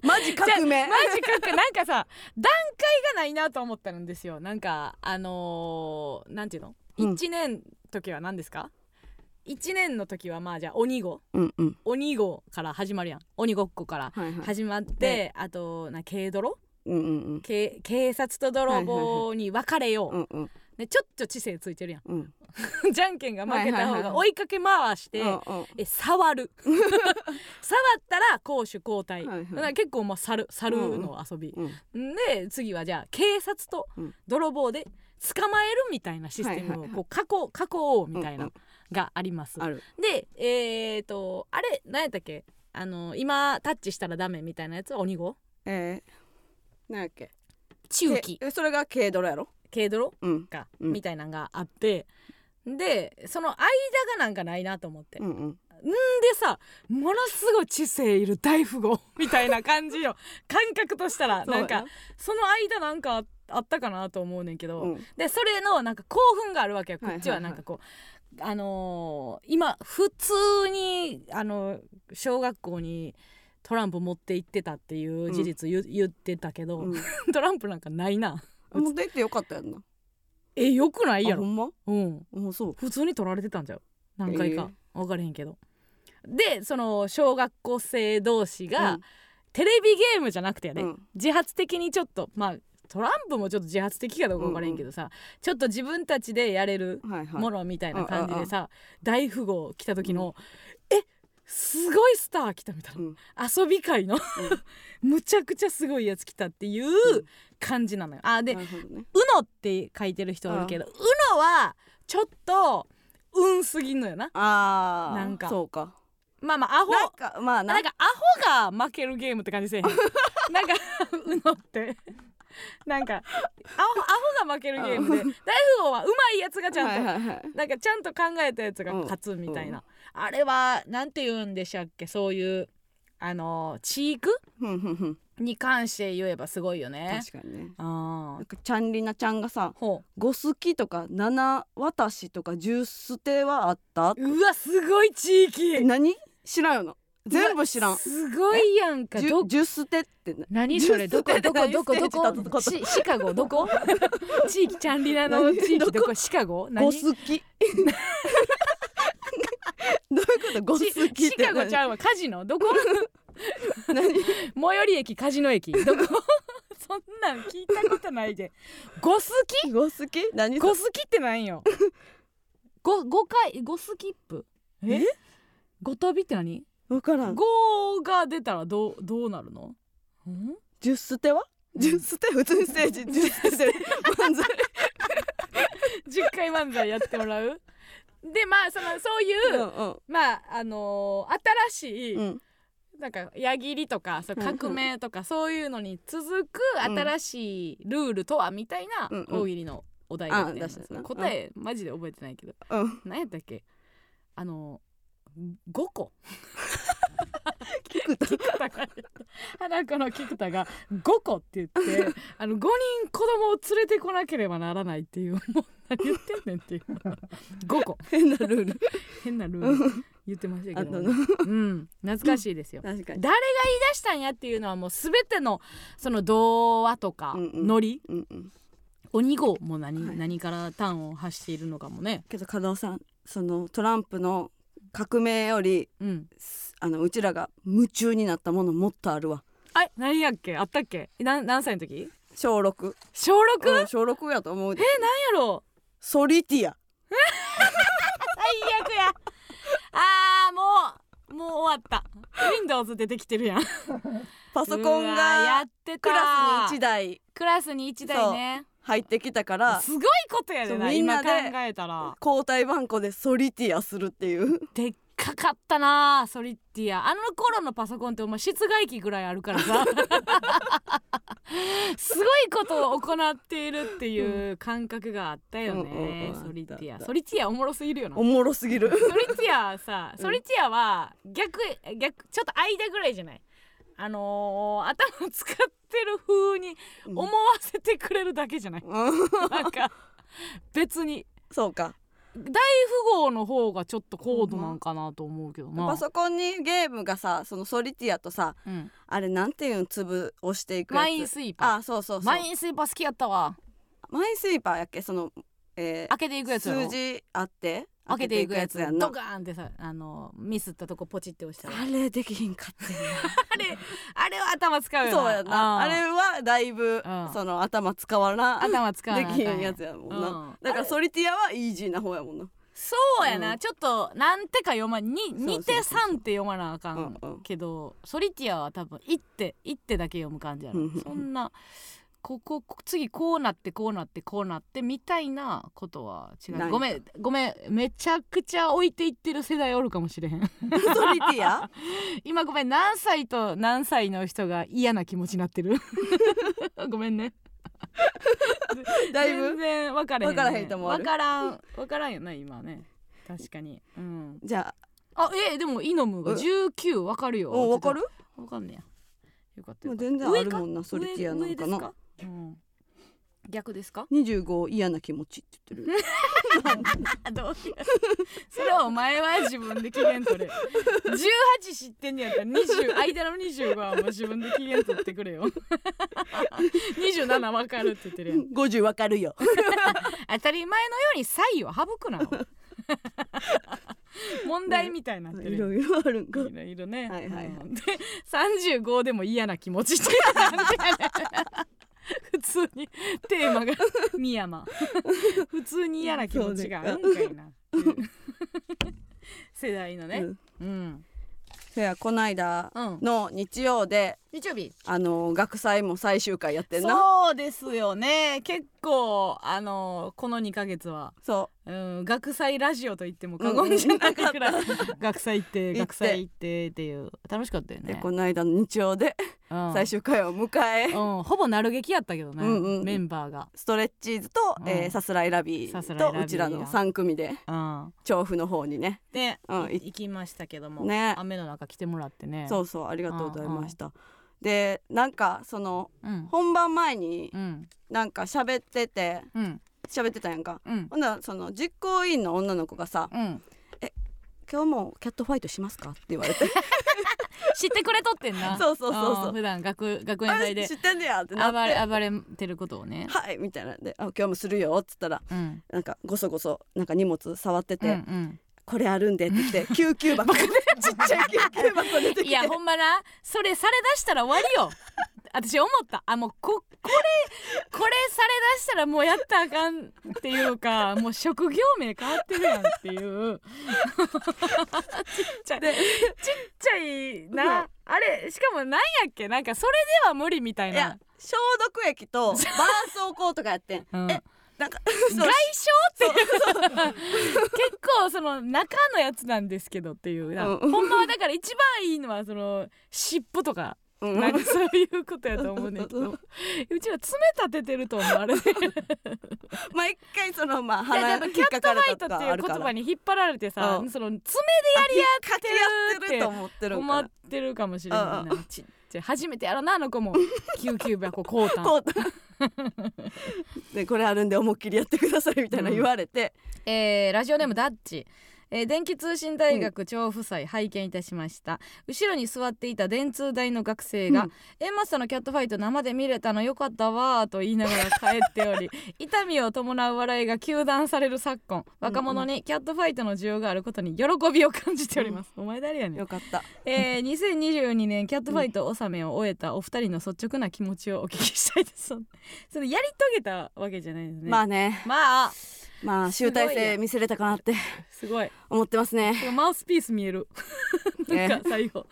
Speaker 2: マジ革命。
Speaker 1: ジかっこいいなんかさ 段階がないなと思ったんですよなんかあのーなんていうの、
Speaker 2: うん
Speaker 1: 1年の時は何ですか1年の時はまあじゃあ鬼号
Speaker 2: うんうん。
Speaker 1: 鬼号から始まるやん鬼ごっこから
Speaker 2: はいはい。
Speaker 1: 始まって、あとな軽泥
Speaker 2: うんうん
Speaker 1: 軽警察と泥棒に分かれよう、
Speaker 2: うん。うんうん
Speaker 1: でちょっと知性ついてるや
Speaker 2: うん。
Speaker 1: ん じゃんけんが負けた方
Speaker 2: はいはいはい
Speaker 1: が追いかけ回して、
Speaker 2: うんうん
Speaker 1: え触る 触ったら攻守交代、
Speaker 2: はいはい
Speaker 1: だから結構まあ猿猿の遊び、
Speaker 2: うん
Speaker 1: で次はじゃあ警察と
Speaker 2: うん
Speaker 1: 泥棒で捕まえるみたいなシステ
Speaker 2: はい
Speaker 1: ム
Speaker 2: は
Speaker 1: を
Speaker 2: いはい
Speaker 1: こう囲囲おうみたいな
Speaker 2: うん
Speaker 1: のがあります、
Speaker 2: ある。
Speaker 1: でえっ、とあれ何やったっけあの今タッチしたらダメみたいなやつは鬼語
Speaker 2: えー、なんやっけ。
Speaker 1: 中期
Speaker 2: けそれが軽泥やろ。
Speaker 1: 軽泥
Speaker 2: うん。
Speaker 1: か、
Speaker 2: うん
Speaker 1: みたいなのがあってでその間がなんかないなと思って、
Speaker 2: うんうん。
Speaker 1: でさものすごい知性いる大富 豪みたいな感じよ感覚としたら
Speaker 2: そうや
Speaker 1: なんかその間なんかあったかなと思うねんけど、
Speaker 2: うん
Speaker 1: でそれのなんか興奮があるわけよこっちは
Speaker 2: はい
Speaker 1: な
Speaker 2: はいはい
Speaker 1: んかこう、あのー今普通にあの小学校にトランプ持って行ってたっていう事実言,、言ってたけど、
Speaker 2: うん。
Speaker 1: トランプなんかないな
Speaker 2: あ持って行ってよかったやんな。
Speaker 1: えよくないや
Speaker 2: あほ
Speaker 1: ろ、
Speaker 2: んま。
Speaker 1: うん、
Speaker 2: うんそう。
Speaker 1: 普通に取られてたんじゃう何回か、分からへんけどでその小学校生同士が、
Speaker 2: うん
Speaker 1: テレビゲームじゃなくてやで、
Speaker 2: うん
Speaker 1: 自発的にちょっとまあトランプもちょっと自発的かどうか分からへんけどさ、ちょっと自分たちでやれる
Speaker 2: はいはい。
Speaker 1: ものみたいな感じでさ、大富豪来た時の、えすごいスター来たみたいな、
Speaker 2: うん
Speaker 1: 遊び会の むちゃくちゃすごいやつ来たっていう感じなのよ。あで
Speaker 2: なるほどね。
Speaker 1: 「うの」って書いてる人おるけど「うの」はちょっと運すぎんのよな
Speaker 2: ああ。
Speaker 1: なんか
Speaker 2: そうか。
Speaker 1: まあまあアホ
Speaker 2: なんかまあ
Speaker 1: な
Speaker 2: なん
Speaker 1: かアホが負けるゲームって感じ せえへんなんか「うの」ってなんかアホアホが負けるゲームで大富豪はうまいやつがちゃんと、
Speaker 2: はいはいはい。
Speaker 1: なんかちゃんと考えたやつが勝つみたいな、あれはなんて言うんでしたっけそういうあの地域
Speaker 2: ふんふんふん。
Speaker 1: に関して言えばすごいよね。
Speaker 2: 確かにね。
Speaker 1: あ
Speaker 2: な
Speaker 1: ー
Speaker 2: んかちゃんりなちゃんがさ、
Speaker 1: ほ
Speaker 2: 五好きとか七渡しとか十捨てはあった
Speaker 1: う。うわすごい地域
Speaker 2: え何知らんよな全部知ら
Speaker 1: うわ
Speaker 2: ん
Speaker 1: すごいやんか
Speaker 2: 十
Speaker 1: ど
Speaker 2: 十捨てってな
Speaker 1: 何それ
Speaker 2: ジュ
Speaker 1: ど
Speaker 2: ース
Speaker 1: こどこどこど
Speaker 2: 何ステージ立った
Speaker 1: こ
Speaker 2: こ
Speaker 1: シシカゴどこ地域チャンリナの
Speaker 2: 何
Speaker 1: 地域
Speaker 2: ど
Speaker 1: どこシカゴ
Speaker 2: 五
Speaker 1: 何
Speaker 2: 好 きどういうこと五
Speaker 1: シ
Speaker 2: 好きっ
Speaker 1: シ
Speaker 2: て
Speaker 1: カゴ
Speaker 2: 何
Speaker 1: ちゃうわカジノどこ
Speaker 2: 何
Speaker 1: 最寄り駅カジノ駅どこ そんなん聞いたことないでゴ好き
Speaker 2: 五好き何
Speaker 1: ゴ好きってなんよゴゴ回ゴスキップえゴ飛びって何
Speaker 2: 分からん
Speaker 1: ゴが出たらどうどうなるのん
Speaker 2: 十捨ては十捨て普通にステ ージ十捨てで漫才
Speaker 1: 10回漫才やってもらうでまあそのそういう、まああのー新しい、
Speaker 2: うんうん
Speaker 1: なんか矢切とかそう
Speaker 2: うんうん
Speaker 1: 革命とかそういうのに続く
Speaker 2: うん
Speaker 1: 新しいルールとはみたいな
Speaker 2: うんうん
Speaker 1: 大喜利のお題だったよね
Speaker 2: あ出したな
Speaker 1: 答えマジで覚えてないけど
Speaker 2: うん
Speaker 1: 何やったっけあのー5個菊田が裸の菊田が5個って言ってあの5人子供を連れてこなければならないっていうもう何言ってんねんっていう5個
Speaker 2: 変なルール
Speaker 1: 変なルール言ってました
Speaker 2: あ
Speaker 1: け
Speaker 2: った
Speaker 1: ど、う
Speaker 2: の
Speaker 1: ん懐かしいですよ
Speaker 2: 確か
Speaker 1: 誰
Speaker 2: に
Speaker 1: が言い出したんやっていうのはもう全てのその童話とか
Speaker 2: うんうん
Speaker 1: ノリ、
Speaker 2: うんうん
Speaker 1: 鬼号も何,、
Speaker 2: はい
Speaker 1: 何から端を発しているのかもね、
Speaker 2: けど加納さんそのトランプの革命より
Speaker 1: うん、
Speaker 2: すあのうちらが夢中になったものもっとあるわ
Speaker 1: あれ何やっけあったっけなん何歳の時
Speaker 2: 小六
Speaker 1: 小 6?
Speaker 2: う
Speaker 1: や
Speaker 2: ん小六やと思うで
Speaker 1: ろ
Speaker 2: ソリティア
Speaker 1: 最悪やあーもうもう終わった Windows 出てきてるやん
Speaker 2: パソコン
Speaker 1: うわーや
Speaker 2: が
Speaker 1: ってた
Speaker 2: クラスに1台
Speaker 1: クラスに1台ね
Speaker 2: 入ってきたから
Speaker 1: すごいことやで
Speaker 2: そ
Speaker 1: な
Speaker 2: うみん
Speaker 1: 今
Speaker 2: な
Speaker 1: 考
Speaker 2: で
Speaker 1: えたら
Speaker 2: 交代番号でソリティアするっていう
Speaker 1: でっかかったなソリッティアあの頃のパソコンってお前室外機ぐらいあるから さすごいことを行っているっていう感覚があったよね、
Speaker 2: うんうんうん
Speaker 1: ソリッティ
Speaker 2: あっ
Speaker 1: ア
Speaker 2: た
Speaker 1: ソリッティアおもろすぎるよな
Speaker 2: お
Speaker 1: ソ
Speaker 2: もろすぎる
Speaker 1: リッティアさソリッティアは逆逆ちょっと間ぐらいじゃないあのー頭使ってる風に思わせてくれるだけ じゃない、
Speaker 2: うん
Speaker 1: なんか別に
Speaker 2: そうか
Speaker 1: 大富豪の方がちょっと高度なんかなと思うけどな、
Speaker 2: パソコンにゲームがさそのソリティアとさ
Speaker 1: うん
Speaker 2: あれなんていうん粒押していくやつ
Speaker 1: マインスイーパー
Speaker 2: あそうそうそう
Speaker 1: マインスイーパー好きやったわ
Speaker 2: マインスイーパーやっけその、えー
Speaker 1: 開けていくやつやろ
Speaker 2: 数字あって
Speaker 1: 開けていくやつ
Speaker 2: 開けてい
Speaker 1: ドカーンってさあのミスったとこポチって押したら
Speaker 2: あれできひんかって
Speaker 1: あれあれは頭使うよな
Speaker 2: そうやなあ
Speaker 1: うん
Speaker 2: れはだいぶ
Speaker 1: うん
Speaker 2: その頭使わな
Speaker 1: 頭使う
Speaker 2: できひんやつやもんな、
Speaker 1: うん
Speaker 2: だからソリティアはイージーな方や もんな
Speaker 1: そうやな、
Speaker 2: うん
Speaker 1: ちょっとなんてか読まに
Speaker 2: そうそう
Speaker 1: 2手3手読まなあかん
Speaker 2: うんうん
Speaker 1: けどソリティアは多分1手1手だけ読む感じやろ、
Speaker 2: うんうんうん
Speaker 1: そんなこここ次こうなってこうなってこうなってみたいなことは違
Speaker 2: ないう
Speaker 1: ごめんごめんめちゃくちゃ置いていってる世代おるかもしれへん
Speaker 2: ソリティア
Speaker 1: 今ごめん何歳と何歳の人が嫌な気持ちになってる ごめんね
Speaker 2: だい
Speaker 1: 全
Speaker 2: ぶ
Speaker 1: 然分からへん、ね、
Speaker 2: 分からへん人もある
Speaker 1: 分からん分からんよな今ね確かにうん
Speaker 2: じゃあ
Speaker 1: あえーでもイノムが19わかるよ
Speaker 2: おわかる
Speaker 1: わかんねやよかった
Speaker 2: も
Speaker 1: よかった
Speaker 2: う全然あるもんなソ
Speaker 1: 上
Speaker 2: リティアなん
Speaker 1: 上ですか
Speaker 2: かな
Speaker 1: うん、逆です か
Speaker 2: 25嫌な気持ちって言ってる
Speaker 1: どういう それはお前は自分で機嫌取れ18知ってんねやったら20間の25はもう自分で機嫌取ってくれよ 27わかるって言ってるや ん
Speaker 2: 50わかるよ
Speaker 1: 当たり前のように差異を省く な問題みたいになってる
Speaker 2: い
Speaker 1: やん
Speaker 2: ろいろあるんか
Speaker 1: いろいろね。
Speaker 2: はいはいはい
Speaker 1: うんで35でも嫌な気持ちってなんでやねん普通にテー マが深山普通に嫌な気持ちがあるんかいなっていう世代のね
Speaker 2: う。ん
Speaker 1: うん。
Speaker 2: せやこないだ
Speaker 1: うん
Speaker 2: の日曜で、
Speaker 1: 日曜日。
Speaker 2: あの学祭も最終回やってんな
Speaker 1: そうですよね。結構あのこの2ヶ月は。
Speaker 2: そ
Speaker 1: うん、学祭ラジオと言っても過言じゃないくらい、学祭行って
Speaker 2: 行って
Speaker 1: 学祭行ってっていう楽しかったよ
Speaker 2: うで
Speaker 1: ね、
Speaker 2: こないだの日曜で
Speaker 1: うん
Speaker 2: 最終回を迎え、
Speaker 1: うん、ほぼなる劇やったけどね、
Speaker 2: うんうんうん
Speaker 1: メンバーが、
Speaker 2: ストレッチーズと、
Speaker 1: うん
Speaker 2: えーさすらいラビ
Speaker 1: さす
Speaker 2: ー
Speaker 1: らいラ
Speaker 2: と
Speaker 1: ビーや
Speaker 2: うちらの3組で
Speaker 1: うん、
Speaker 2: 調布の方にね
Speaker 1: で、
Speaker 2: うん
Speaker 1: い
Speaker 2: い
Speaker 1: 行きましたけども、
Speaker 2: ね
Speaker 1: 雨の中来てもらってね、
Speaker 2: そううそうありがとうございました、でなんかその
Speaker 1: ん
Speaker 2: 本番前に
Speaker 1: うん
Speaker 2: なんか喋ってて
Speaker 1: うん
Speaker 2: 喋ってたやんか
Speaker 1: うん
Speaker 2: ほんならその実行委員の女の子がさ
Speaker 1: うん、
Speaker 2: 「今日もキャットファイトしますか?」って言われて
Speaker 1: 知ってくれとってん な
Speaker 2: そうそうそうそうん
Speaker 1: 普段学学園
Speaker 2: あ
Speaker 1: 祭で
Speaker 2: 知ってんねやってなっ
Speaker 1: 暴
Speaker 2: て
Speaker 1: れ暴れてることをね
Speaker 2: 「はい」みたいなんで「あ今日もするよ」っつったら
Speaker 1: うん
Speaker 2: なんかごそごそなんか荷物触って
Speaker 1: う
Speaker 2: て「
Speaker 1: ん
Speaker 2: これあるんで」って言って救急 箱ちっちゃい救急箱出て
Speaker 1: う
Speaker 2: き
Speaker 1: ん、
Speaker 2: て
Speaker 1: いやほんまなそれされだしたら終わり よ私思ったあもうここれこれされだしたらもうやったらあかんっていうかもう職業名変わってるやんっていうちっちゃいちっちゃいな、
Speaker 2: うん
Speaker 1: あれしかもなんやっけなんかそれでは無理みたい
Speaker 2: い
Speaker 1: な
Speaker 2: や消毒液と絆創膏とかやってん
Speaker 1: うん
Speaker 2: えなんか そう
Speaker 1: 外傷っていう 結構その中のやつなんですけどっていうな、
Speaker 2: うん
Speaker 1: ほんまはだから一番いいのはその湿布とか
Speaker 2: うん
Speaker 1: なんかそういうことやと思うねんけどうちら爪立ててると思われ て
Speaker 2: 毎回そのまあ
Speaker 1: で
Speaker 2: 腹
Speaker 1: やっ
Speaker 2: 引
Speaker 1: ぱ
Speaker 2: っ
Speaker 1: キャッ
Speaker 2: かか
Speaker 1: ト
Speaker 2: る
Speaker 1: バイト
Speaker 2: と
Speaker 1: って
Speaker 2: かあ
Speaker 1: いう
Speaker 2: る
Speaker 1: 言
Speaker 2: から
Speaker 1: 葉に引っ張られてさ、
Speaker 2: うん
Speaker 1: その爪
Speaker 2: かき合ってると思ってるん
Speaker 1: 思
Speaker 2: か
Speaker 1: っ
Speaker 2: な
Speaker 1: てるかもしれないなちっちゃい初めてやろなあの 子も救急箱こうたん
Speaker 2: こう でこれあるんで思いっきりやってくださいみたいな言われて、
Speaker 1: えーラジオネームダッチ、えー電気通信大学調布祭拝見いたしました、後ろに座っていた電通大の学生が「
Speaker 2: うん
Speaker 1: エンマスタのキャットファイト生で見れたのよかったわ」と言いながら帰ってお り痛みを伴う笑いが糾弾される昨今若者にキャットファイトの需要があることに喜びを感じております、お前誰やねん
Speaker 2: よかった
Speaker 1: えー、2022年キャットファイト納めを終えたお二人の率直な気持ちをお聞きしたいですそそれやり遂げたわけじゃないですね
Speaker 2: まあね
Speaker 1: まあ
Speaker 2: まあ集大成見せれたかなって
Speaker 1: すごい
Speaker 2: 思ってますね
Speaker 1: このマウスピース見えるなん
Speaker 2: ね
Speaker 1: か最後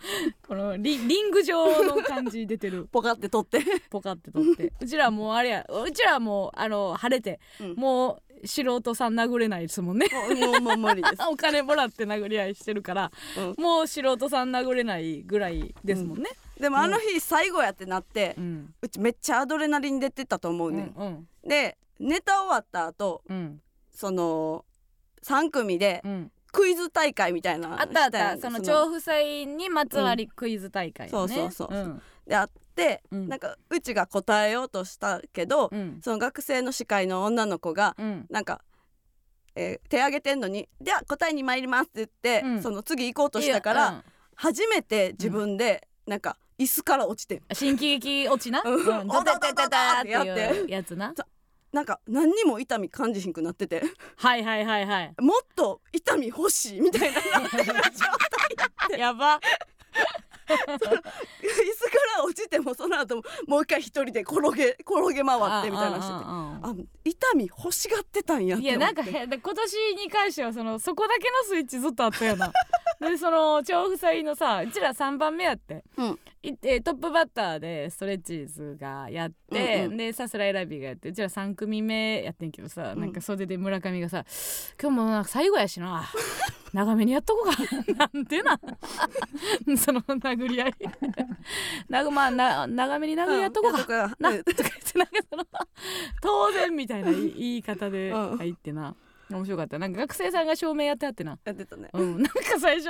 Speaker 1: このリリング状の感じ出てる
Speaker 2: ポカって 取って
Speaker 1: ポカって取 ってうちらもうあれやうちらもうあの晴れて、
Speaker 2: うん
Speaker 1: もう素人さん殴れないですもんね
Speaker 2: もうもうもう無理です、
Speaker 1: お金もらって殴り合いしてるから
Speaker 2: うん
Speaker 1: もう素人さん殴れないぐらいですもんね、
Speaker 2: でもあの日最後やってなって、
Speaker 1: う
Speaker 2: うんちめっちゃアドレナリン出てたと思う
Speaker 1: うん、う
Speaker 2: ね、
Speaker 1: んうん
Speaker 2: ん、でネタ終わった後
Speaker 1: うん
Speaker 2: その3組で
Speaker 1: うん
Speaker 2: クイズ大会みたいなの
Speaker 1: あったあっ
Speaker 2: したや
Speaker 1: た
Speaker 2: ん
Speaker 1: その調布祭にまつわりクイズ大会、ね
Speaker 2: そうそうそうそ
Speaker 1: うん
Speaker 2: であって、
Speaker 1: うん
Speaker 2: なんかうちが答えようとしたけど、
Speaker 1: うん
Speaker 2: その学生の司会の女の子が
Speaker 1: うん
Speaker 2: なんか、えー手挙げてんのに「では答えに参ります」って言って、
Speaker 1: うん
Speaker 2: その次行こうとしたから、
Speaker 1: いやうん
Speaker 2: 初めて自分でなんか椅子から落ちてん
Speaker 1: 新喜劇落ちな、
Speaker 2: うん
Speaker 1: うん、
Speaker 2: お
Speaker 1: ダ
Speaker 2: だ
Speaker 1: ダダ
Speaker 2: だだ
Speaker 1: ダダっ
Speaker 2: だっ
Speaker 1: てて
Speaker 2: やって
Speaker 1: いうやつな
Speaker 2: なんか何にも痛み感じひんくなって て
Speaker 1: はいはいはいはい
Speaker 2: もっと痛み欲しいみたいな椅子か
Speaker 1: やば
Speaker 2: ら落ちてもその後ももう一回一人で転げ転げ回ってみたいなのしてて。
Speaker 1: て
Speaker 2: あ痛み欲しがってたんやって
Speaker 1: いや
Speaker 2: 思っ
Speaker 1: な
Speaker 2: て
Speaker 1: んかへで今年に関してはそのそこだけのスイッチずっとあったよ なでその調布祭のさうちら3番目やって、
Speaker 2: うん
Speaker 1: いえートップバッターでストレッチーズがやって、
Speaker 2: うんうん
Speaker 1: でさすらいラビがやってうちら3組目やってんけどさ、
Speaker 2: ん
Speaker 1: なんか袖で村上がさ「今日もなんか最後やしな長めにやっとこうか」 なんで なその殴り合い なまあな長めに殴り合いやっとこうか、
Speaker 2: か
Speaker 1: なとか言ってなんかその 当然みたいな言い言い方で
Speaker 2: うん
Speaker 1: 入ってな、面白かったなんか学生さんが照明やってはってな
Speaker 2: やってたね
Speaker 1: うん、 なんか最初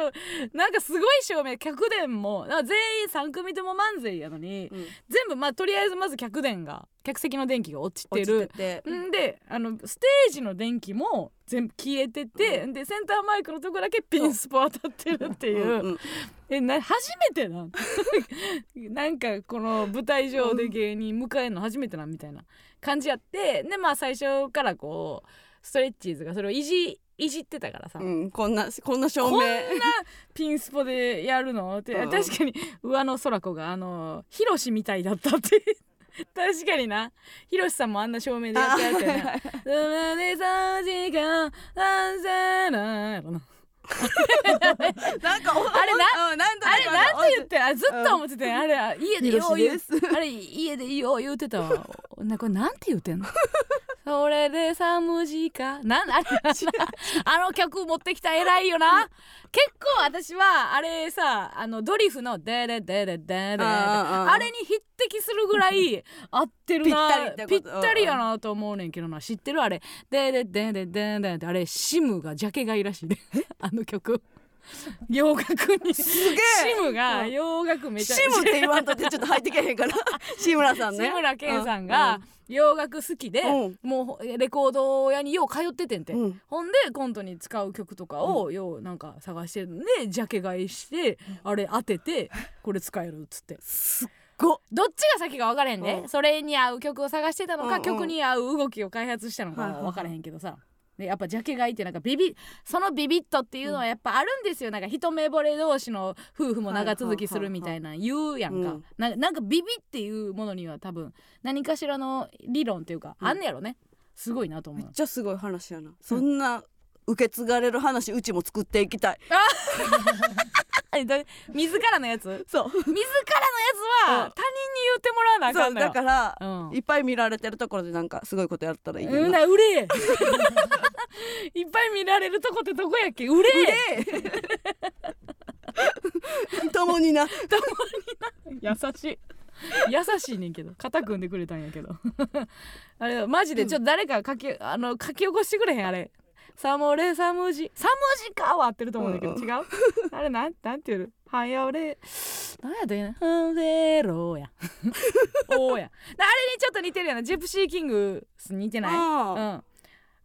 Speaker 1: なんかすごい照明客電もなんか全員3組とも漫才やのに、
Speaker 2: うん
Speaker 1: 全部まあとりあえずまず客電が客席の電気が落ちて
Speaker 2: 落
Speaker 1: る
Speaker 2: ちてて
Speaker 1: んであのステージの電気も全部消えてて、でセンターマイクのとこだけピンスポ当たってるっていう、
Speaker 2: うんうん
Speaker 1: えな初めてな なんかこの舞台上で芸人迎えるの初めてなみたいな感じやってでまあ最初からこうストレッチーズがそれをいじいじってたからさ、
Speaker 2: うん、こんなこんな照明
Speaker 1: こんピンスポでやるのって、
Speaker 2: うん
Speaker 1: 確かに上野空子があのヒロシみたいだったって 確かになヒロシさんもあんな照明でやってやるって ね「生まれた時間なんせな」やろな
Speaker 2: なん かお
Speaker 1: あれな
Speaker 2: うんなんと
Speaker 1: あれなんて言
Speaker 2: っ
Speaker 1: ってあずっと思ってて、あれ家でよう言う
Speaker 2: ヒロシ
Speaker 1: あれ家でよう言うてたわ なこれなんて言うてんの それで寒時かなんあれあの曲持ってきた偉いよな結構私はあれさあのドリフの「デレデレデレ」
Speaker 2: あーあー
Speaker 1: あれに匹敵するぐらい 合ってるな
Speaker 2: ぴったりってこと
Speaker 1: ぴったりやなと思うねんけどな知ってるあれ「デレデレデレ」ってあれシムがジャケ買いらしいねあの曲洋楽に
Speaker 2: げえ
Speaker 1: シムが洋楽めちゃ
Speaker 2: シムって言わんとってちょっと入ってけへんから 志村さんね
Speaker 1: 志村けんさんが洋楽好きで、
Speaker 2: うん
Speaker 1: もうレコード屋によう通っててんて、
Speaker 2: うん
Speaker 1: ほんでコントに使う曲とかをようなんか探してるんでジャケ買いして、あれ当ててこれ使えるっつって
Speaker 2: ご
Speaker 1: どっちが先か分からへんね、
Speaker 2: うん
Speaker 1: それに合う曲を探してたのか、
Speaker 2: うんうん
Speaker 1: 曲に合う動きを開発したのか
Speaker 2: はいはいはい
Speaker 1: 分からへんけどさ、でやっぱジャケ買いってなんかビビそのビビッとっていうのはやっぱあるんですよなんか一目惚れ同士の夫婦も長続きするみたいな言うやんか、
Speaker 2: うん
Speaker 1: ななんかビビっていうものには多分何かしらの理論っていうか、
Speaker 2: うん
Speaker 1: あんねやろねすごいなと思
Speaker 2: め
Speaker 1: う
Speaker 2: っちゃすごい話やなそんな受け継がれる話うちも作っていきたい
Speaker 1: えだ自らのやつ
Speaker 2: そ
Speaker 1: 自
Speaker 2: う
Speaker 1: らのやつ
Speaker 2: う
Speaker 1: は
Speaker 2: ん
Speaker 1: 他人に言ってもらわなあか
Speaker 2: そ
Speaker 1: ん
Speaker 2: う
Speaker 1: のよ
Speaker 2: だから
Speaker 1: うん
Speaker 2: いっぱい見られてるところでなんかすごいことやったらいいねん
Speaker 1: うん
Speaker 2: な
Speaker 1: な売 れ いっぱい見られるとこってどこやっけ売れ
Speaker 2: で共にな
Speaker 1: 優しい優しいねんけど肩組んでくれたんやけど あれマジでちょっと誰か書き,、あの書き起こしてくれへんあれサモレサムジサムジかは合ってると思うんだけど、
Speaker 2: うん
Speaker 1: 違うあれなんなんていうのはやれなんやったっけなハンゼロー やおーやなあれにちょっと似てるよなジェプシーキングス似てないうん。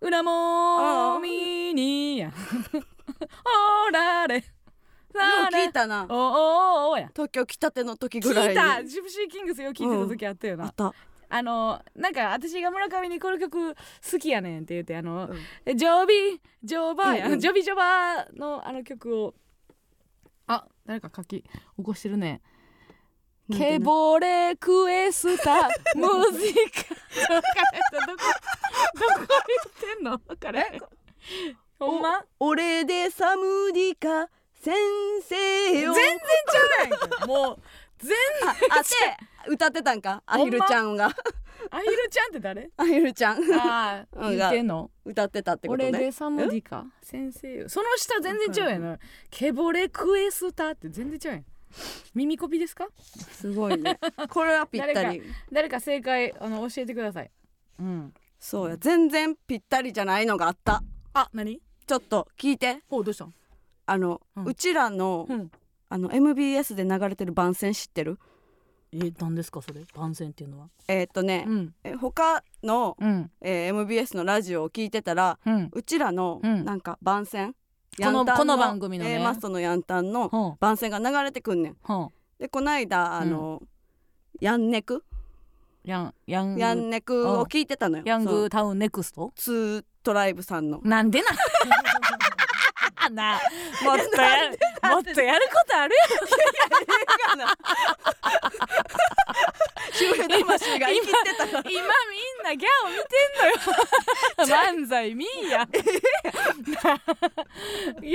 Speaker 1: 裏もみにや。 おられ。
Speaker 2: よ
Speaker 1: さ
Speaker 2: う聞いたな
Speaker 1: おおおおや。
Speaker 2: 東京来たての時ぐ
Speaker 1: 聞
Speaker 2: らい
Speaker 1: い
Speaker 2: に
Speaker 1: たジプシーキングスよ聞いてた時あったよな、
Speaker 2: あった
Speaker 1: あのなんか私が村上にこの曲好きやねんって言ってあの、
Speaker 2: うん
Speaker 1: えジョビジョバーや、
Speaker 2: うんうん
Speaker 1: ジョビジョバーのあの曲をあ誰か書き起こしてるね「
Speaker 2: なんて
Speaker 1: ケ
Speaker 2: な
Speaker 1: ボレクエスタムジカ」どこどこ言ってんの分かれへんほんま
Speaker 2: 俺でサムディカ先生よ
Speaker 1: 全然ちゃうやんかもう全
Speaker 2: ああって歌ってたんかアヒルちゃんが
Speaker 1: アヒルちゃんって誰
Speaker 2: アヒルちゃん
Speaker 1: ああ言ってんの
Speaker 2: 歌ってたってこと
Speaker 1: 俺
Speaker 2: ね
Speaker 1: でサムディか先生よその下全然違うやなケボレクエスタって全然違うやん耳コピですか
Speaker 2: すごいねこれはぴったり
Speaker 1: 誰か正解あの教えてくださいうん
Speaker 2: そうや全然ぴったりじゃないのがあった
Speaker 1: あ何
Speaker 2: ちょっと聞いて
Speaker 1: おどうしたん
Speaker 2: あの、
Speaker 1: う
Speaker 2: うんちらの
Speaker 1: うん
Speaker 2: あの MBS で流れてる番宣知ってる
Speaker 1: え何ですかそれ番宣っていうのは
Speaker 2: えーっとね、
Speaker 1: うん
Speaker 2: え他の、
Speaker 1: うん
Speaker 2: えー MBS のラジオを聞いてたら
Speaker 1: うん
Speaker 2: うちらの
Speaker 1: うん
Speaker 2: なんか番宣、
Speaker 1: この
Speaker 2: ヤンタン
Speaker 1: この番組のね
Speaker 2: A マストのヤンタンの
Speaker 1: ほう
Speaker 2: 番宣が流れてくんねん
Speaker 1: ほ
Speaker 2: でこないだあの、ヤンネク、
Speaker 1: うヤンヤング
Speaker 2: ヤンネクを聞いてたのよ
Speaker 1: ヤン
Speaker 2: そ
Speaker 1: グ
Speaker 2: う
Speaker 1: タウンネクスト
Speaker 2: ツートライブさん の
Speaker 1: なんでな なあもっとやるもっとやることあるや
Speaker 2: 渋谷魂が生きてたか
Speaker 1: 今
Speaker 2: ら
Speaker 1: みんなギャオ見てん のよ漫才見いや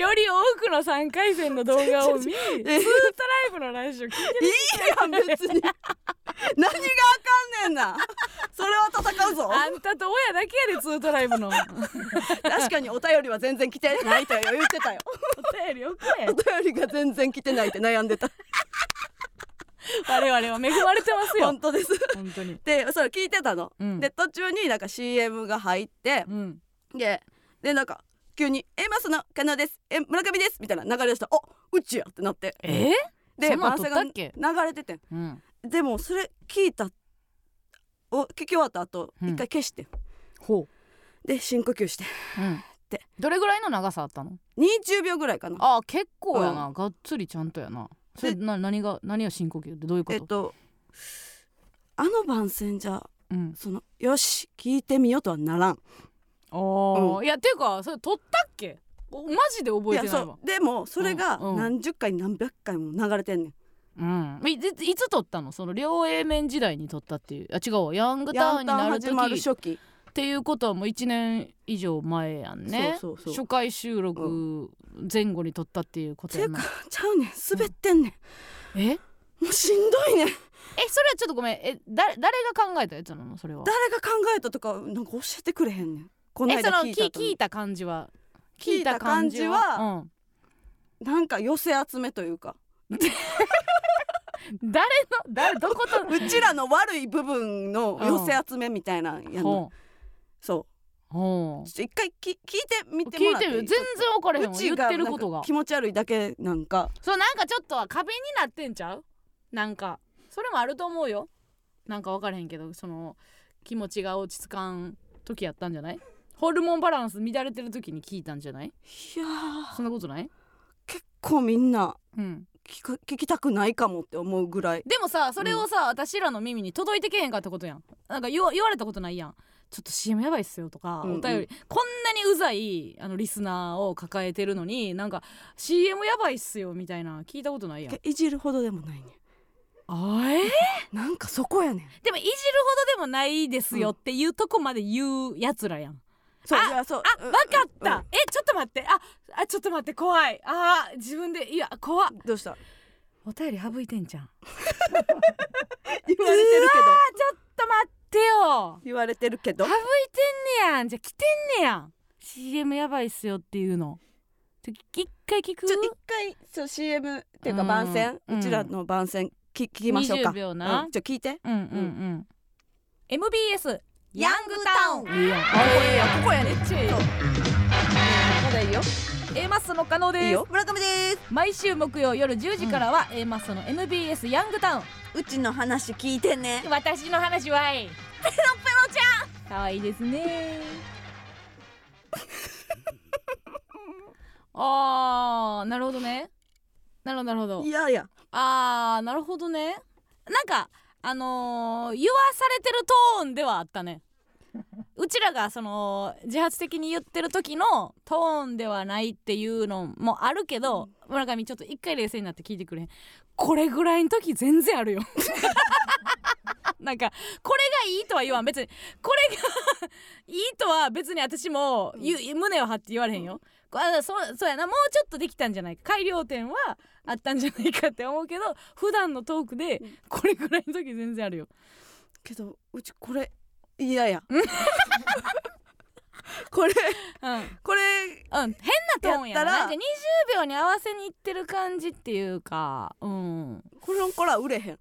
Speaker 1: より多くの3回戦の動画を見ツートライブのラジオ聞いて
Speaker 2: いいやん別 に何があかんねんなそれは戦うぞ
Speaker 1: あんたと親だけやでツートライブの お
Speaker 2: 確かにお便りは全然来てないとは言ってたよ
Speaker 1: 便り送れ
Speaker 2: お便りが全然来てないって悩んでた
Speaker 1: 我々は恵まれてますよ
Speaker 2: 本当です
Speaker 1: 本当に
Speaker 2: でそれ聞いてたの、
Speaker 1: うん
Speaker 2: で途中になんか CM が入って
Speaker 1: うん
Speaker 2: ででなんか急に「えマスの加納ですえ村上です」みたいな流れ出したら「あうちや!」ってなって
Speaker 1: えそ
Speaker 2: で
Speaker 1: んなん
Speaker 2: 番
Speaker 1: 撮
Speaker 2: 宣
Speaker 1: っ
Speaker 2: が
Speaker 1: た
Speaker 2: 流
Speaker 1: っけ
Speaker 2: れててん
Speaker 1: うん
Speaker 2: でもそれ聞いたを聞き終わった後
Speaker 1: うん
Speaker 2: 一回消してん、
Speaker 1: ほ
Speaker 2: で深呼吸して
Speaker 1: ううん
Speaker 2: で
Speaker 1: どれぐらいの長さあったの
Speaker 2: 20秒ぐらいかな
Speaker 1: あ結構やな、がっつりちゃんとやなそれ
Speaker 2: で
Speaker 1: な何が何が深呼吸ってどういうこ
Speaker 2: え
Speaker 1: と、
Speaker 2: っとあの番宣じゃ
Speaker 1: うん
Speaker 2: そのよし聞いてみようとはならん
Speaker 1: おお、
Speaker 2: う
Speaker 1: いやていうかそれ撮ったっけおマジで覚えて
Speaker 2: そ
Speaker 1: ないわ
Speaker 2: うでもそれが
Speaker 1: うんうん
Speaker 2: 何十回何百回も流れてんねん
Speaker 1: うんいいいつ撮ったのその両 A 面時代に撮ったっていうあ違うわヤングタウンになる
Speaker 2: 始まる
Speaker 1: 時っ
Speaker 2: 初期
Speaker 1: ていうことはもう1年以上前やんね
Speaker 2: そうそうそう
Speaker 1: 初回収録前後に撮ったっていうこと
Speaker 2: てい
Speaker 1: や
Speaker 2: う
Speaker 1: な
Speaker 2: かちゃうねん滑ってんねん、
Speaker 1: ええ
Speaker 2: もうしんどいねん
Speaker 1: それはちょっとごめんえ誰誰が考えたやつなのそれは
Speaker 2: 誰が考えたとかなんか教えてくれへんねんこの
Speaker 1: えそ
Speaker 2: 間
Speaker 1: の聞
Speaker 2: 聞
Speaker 1: 聞
Speaker 2: いた
Speaker 1: い
Speaker 2: と思う
Speaker 1: た感じは
Speaker 2: 聞いた感じは
Speaker 1: うん
Speaker 2: なんか寄せ集めというか
Speaker 1: 誰の誰どこと
Speaker 2: うちらの悪い部分の寄せ集めみたいなん やんな、
Speaker 1: ほ
Speaker 2: そう
Speaker 1: ほう
Speaker 2: うちょっと一回き聞いてみて
Speaker 1: 聞
Speaker 2: も
Speaker 1: い
Speaker 2: らって
Speaker 1: て
Speaker 2: い
Speaker 1: る全
Speaker 2: ち
Speaker 1: 然
Speaker 2: ょっと
Speaker 1: 分かれへん
Speaker 2: う
Speaker 1: わ
Speaker 2: ち
Speaker 1: 言
Speaker 2: が
Speaker 1: ってること
Speaker 2: なん
Speaker 1: が
Speaker 2: か気持ち悪いだけなんか
Speaker 1: そうなんかちょっとは壁になってんちゃうなんかそれもあると思うよなんか分からへんけどその気持ちが落ち着かん時やったんじゃないホルモンバランス乱れてる時に聞いたんじゃない
Speaker 2: いやー
Speaker 1: そんなことない
Speaker 2: 結構みんな
Speaker 1: うん
Speaker 2: 聞く聞きたくないかもって思うぐらい
Speaker 1: でもさそれをさ、私らの耳に届いてけへんかってことやんなんか言わ言われたことないやんちょっと CM やばいっすよとか、
Speaker 2: うんうん
Speaker 1: お便りこんなにうざいあのリスナーを抱えてるのになんか CM やばいっすよみたいな聞いたことないやん
Speaker 2: いじるほどでもないね
Speaker 1: あえ
Speaker 2: なんかそこやねん
Speaker 1: でもいじるほどでもないですよっていうとこまで言うやつらやん。
Speaker 2: そう
Speaker 1: あ
Speaker 2: いやそう
Speaker 1: あ、
Speaker 2: うん
Speaker 1: わかった、
Speaker 2: うん
Speaker 1: え、ちょっと待って。あ、あちょっと待って、怖い。あー、自分で、いや、怖っ
Speaker 2: どうした
Speaker 1: お便り省いてんじゃん。あ
Speaker 2: 言われてるけど
Speaker 1: ー、ちょっと待ってよ。
Speaker 2: 言われてるけ
Speaker 1: 省
Speaker 2: ど
Speaker 1: いてんねやん。じゃあ、来てんねやん。CM やばいっすよっていうの。ちょ一回聞く
Speaker 2: ちょ一回そう CM っていうか
Speaker 1: うん
Speaker 2: 番宣、
Speaker 1: う
Speaker 2: うんちらの番宣き聞きましょうか
Speaker 1: 20秒な
Speaker 2: うんちょ聞いて
Speaker 1: うんうんうん。MBS ヤングタウン。
Speaker 2: いいやんあここやね
Speaker 1: ちょい
Speaker 2: そうまだいいよ
Speaker 1: A マスの可能
Speaker 2: いい
Speaker 1: です
Speaker 2: よ。村上です
Speaker 1: 毎週木曜夜10時からは A マスの MBS ヤングタウン。
Speaker 2: うちの話聞いてね
Speaker 1: 私の話はい。ペロペロちゃん。可愛いです ね。あーなるほどね。なるほどなるほど
Speaker 2: い。やいや
Speaker 1: あーなるほどね。なんかあのー言わされてるトーンではあったね。うちらがその自発的に言ってる時のトーンではないっていうのもあるけど村上ちょっと一回冷静になって聞いてくれへんこれぐらいの時全然あるよなんかこれがいいとは言わん別にこれが いいとは別に私も言う胸を張って言われへんよ、こあそうそうやなもうちょっとできたんじゃないか改良点はあったんじゃないかって思うけど普段のトークでこれぐらいの時全然あるよ
Speaker 2: けどうちこれいやいや これ
Speaker 1: うん
Speaker 2: これ
Speaker 1: うん、変なトーンやなな
Speaker 2: やったら
Speaker 1: んか20秒に合わせにいってる感じっていうかうん
Speaker 2: これから売れへん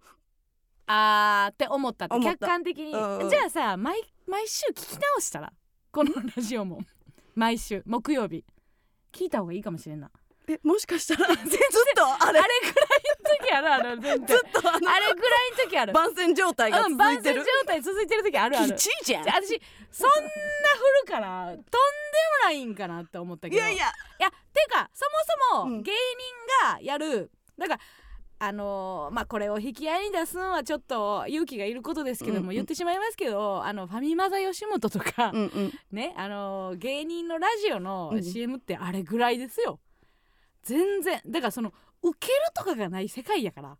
Speaker 1: あーって思ったって
Speaker 2: 思っ
Speaker 1: 客
Speaker 2: た
Speaker 1: 観的に、
Speaker 2: うんうん
Speaker 1: じゃあさ毎毎週聞き直したらこのラジオも 毎週木曜日聞いた方がいいかもしれんな
Speaker 2: えもしかした らずっとあ
Speaker 1: あ
Speaker 2: れ
Speaker 1: れぐらいの時あるある全
Speaker 2: ず
Speaker 1: 然
Speaker 2: っとあの
Speaker 1: あれぐらいの時ある
Speaker 2: 番宣状態が
Speaker 1: う
Speaker 2: 続
Speaker 1: ん万
Speaker 2: いて
Speaker 1: 全
Speaker 2: る
Speaker 1: 状、態続いてる時あるある
Speaker 2: きちいじゃん
Speaker 1: じゃあ 私そんな振るからとんでもないんかなって思ったけ
Speaker 2: い
Speaker 1: ど
Speaker 2: やいや
Speaker 1: いやていうかそもそも
Speaker 2: うん
Speaker 1: 芸人がやる、なんかあのーまあこれを引き合いに出すのはちょっと勇気がいることですけども、
Speaker 2: うんうん
Speaker 1: 言ってしまいますけどあのファミマザ吉本とか、
Speaker 2: うんうん
Speaker 1: ねあのー芸人のラジオの
Speaker 2: うん
Speaker 1: CM ってあれぐらいですよ。全然だからその受けるとかがない世界やから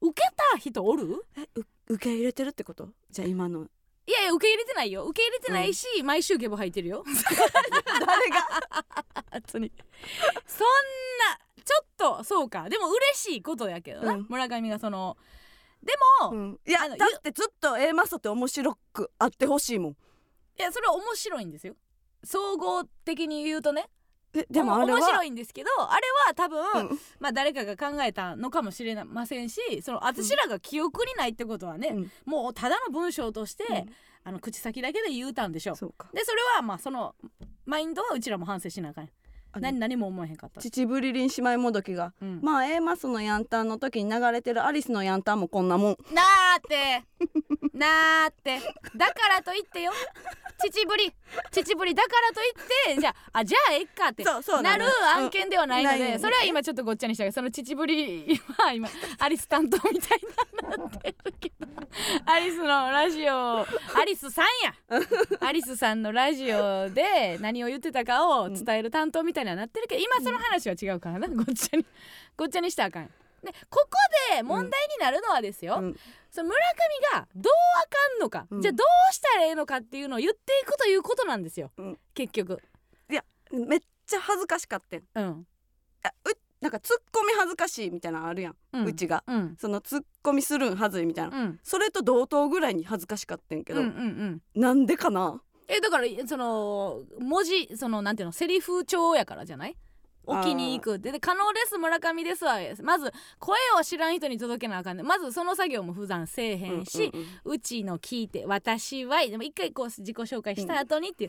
Speaker 1: 受けた人おる
Speaker 2: えう受け入れてるってことじゃあ今の
Speaker 1: いやいや受け入れてないよ受け入れてないし、毎週ゲボ吐いてるよ
Speaker 2: 誰 が
Speaker 1: そんなちょっとそうかでも嬉しいことやけどな、
Speaker 2: うん
Speaker 1: 村上がその
Speaker 2: うん、いや
Speaker 1: あの
Speaker 2: だってずっと A マストって面白くあってほしいもん
Speaker 1: いやそれは面白いんですよ総合的に言うとね
Speaker 2: えでも
Speaker 1: おも
Speaker 2: あれは
Speaker 1: 面白いんですけどあれは多分、
Speaker 2: うん
Speaker 1: まあ誰かが考えたのかもしれませんしその私らが記憶にないってことはね、
Speaker 2: うん
Speaker 1: もうただの文章として、
Speaker 2: うん
Speaker 1: あの口先だけで言うたんでしょう
Speaker 2: そうか
Speaker 1: でそれはまあそのマインドはうちらも反省しなあかん
Speaker 2: あの
Speaker 1: 何何も思えへんかった
Speaker 2: 秩父リリン姉妹もどきが、
Speaker 1: うん
Speaker 2: まあ A マスのヤンタンの時に流れてるアリスのヤンタンもこんなもん
Speaker 1: なーってなーってだからといってよ秩父り秩父りだからといってじゃああじゃあえっかって
Speaker 2: そうそう
Speaker 1: な
Speaker 2: な
Speaker 1: る
Speaker 2: の
Speaker 1: 案件ではないの
Speaker 2: うんない
Speaker 1: で
Speaker 2: よ
Speaker 1: それは今ちょっとごっちゃにしたがその秩父りは今アリス担当みたいになってるけどアリスのラジオアリスさんやアリスさんのラジオで何を言ってたかを伝える担当みたいにはなってるけど今その話は違うからなごっちゃにごっちゃにしたらあかん。でここで問題になるのはですよ、
Speaker 2: うん
Speaker 1: その村上がどうあかんのか、
Speaker 2: うん
Speaker 1: じゃあどうしたらええのかっていうのを言っていくということなんですよ、
Speaker 2: うん
Speaker 1: 結局。
Speaker 2: めっちゃ恥ずかしかってん
Speaker 1: うん
Speaker 2: あうなんかツッコミ恥ずかしいみたいなのあるやん、
Speaker 1: う
Speaker 2: うんちが
Speaker 1: うん
Speaker 2: そのツッコミするんはずいみたいな、
Speaker 1: うん
Speaker 2: それと同等ぐらいに恥ずかしかってんけ
Speaker 1: うんう
Speaker 2: ど、
Speaker 1: んうん
Speaker 2: なんでかな
Speaker 1: えだからその文字そのなんていうのセリフ調やからじゃない置きに行くでで「可能です村上ですわ」まず声を知らん人に届けなあかんねまずその作業も普段せえへんし、
Speaker 2: うんうんうん
Speaker 1: うちの聞いて私はでも一回こう自己紹介した後にってい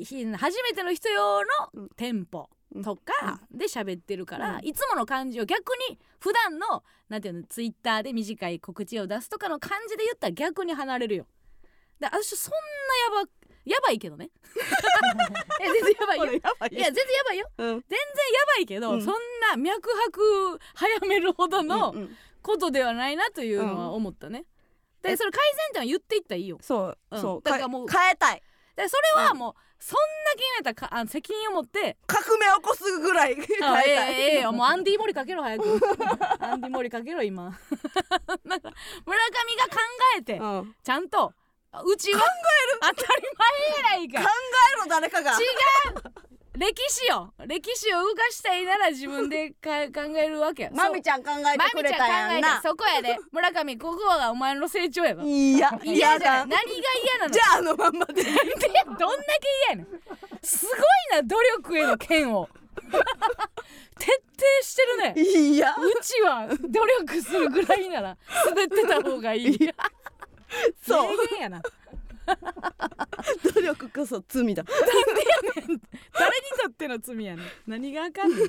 Speaker 1: う、ひ初めての人用のテンポとかで喋ってるから、いつもの感じを逆に普段のなんていうのツイッターで短い告知を出すとかの感じで言ったら逆に離れるよ。で私そんなやばやばいけど ね。いや全然やばい
Speaker 2: こ
Speaker 1: よ。
Speaker 2: れやばい
Speaker 1: いや全然やばいよ。
Speaker 2: うん
Speaker 1: やばいけど、
Speaker 2: うん
Speaker 1: そんな脈拍早めるほどの
Speaker 2: うんうん
Speaker 1: ことではないなというのは思ったね。でそれ改善点は言っていったらいいよ。
Speaker 2: そう、
Speaker 1: うん
Speaker 2: そう
Speaker 1: だからもう
Speaker 2: 変えたい
Speaker 1: でそれはもう、そんな決めたかあの責任を持 って
Speaker 2: 革命起こすぐ らい変え
Speaker 1: あええ
Speaker 2: たい、
Speaker 1: ええよもうアンディ・モリかけろ早 くアンディ・モリかけろ今 なんか村上が考えて、
Speaker 2: うん、
Speaker 1: ちゃんとうちは考える当たり前やない
Speaker 2: 考
Speaker 1: か
Speaker 2: えろ誰かが
Speaker 1: 違歴史よ歴史を動かしたいなら自分で か考えるわけ
Speaker 2: まみちゃん考えて
Speaker 1: マ
Speaker 2: く
Speaker 1: ミ
Speaker 2: れ
Speaker 1: ち
Speaker 2: た
Speaker 1: ゃん考
Speaker 2: やん
Speaker 1: え
Speaker 2: な
Speaker 1: てそこやで村上ここはお前の成長やろ
Speaker 2: いやいや
Speaker 1: じゃ
Speaker 2: だ
Speaker 1: ない何が嫌なの
Speaker 2: じゃああ のまんまで
Speaker 1: でどんだけ嫌やねんすごいな努力への嫌悪徹底してるね
Speaker 2: いや
Speaker 1: うちは努力するぐらいなら滑ってた方がいい
Speaker 2: そう
Speaker 1: 名言やな
Speaker 2: 努力こそ罪だ
Speaker 1: 誰にとっての罪やねん何があかん ねん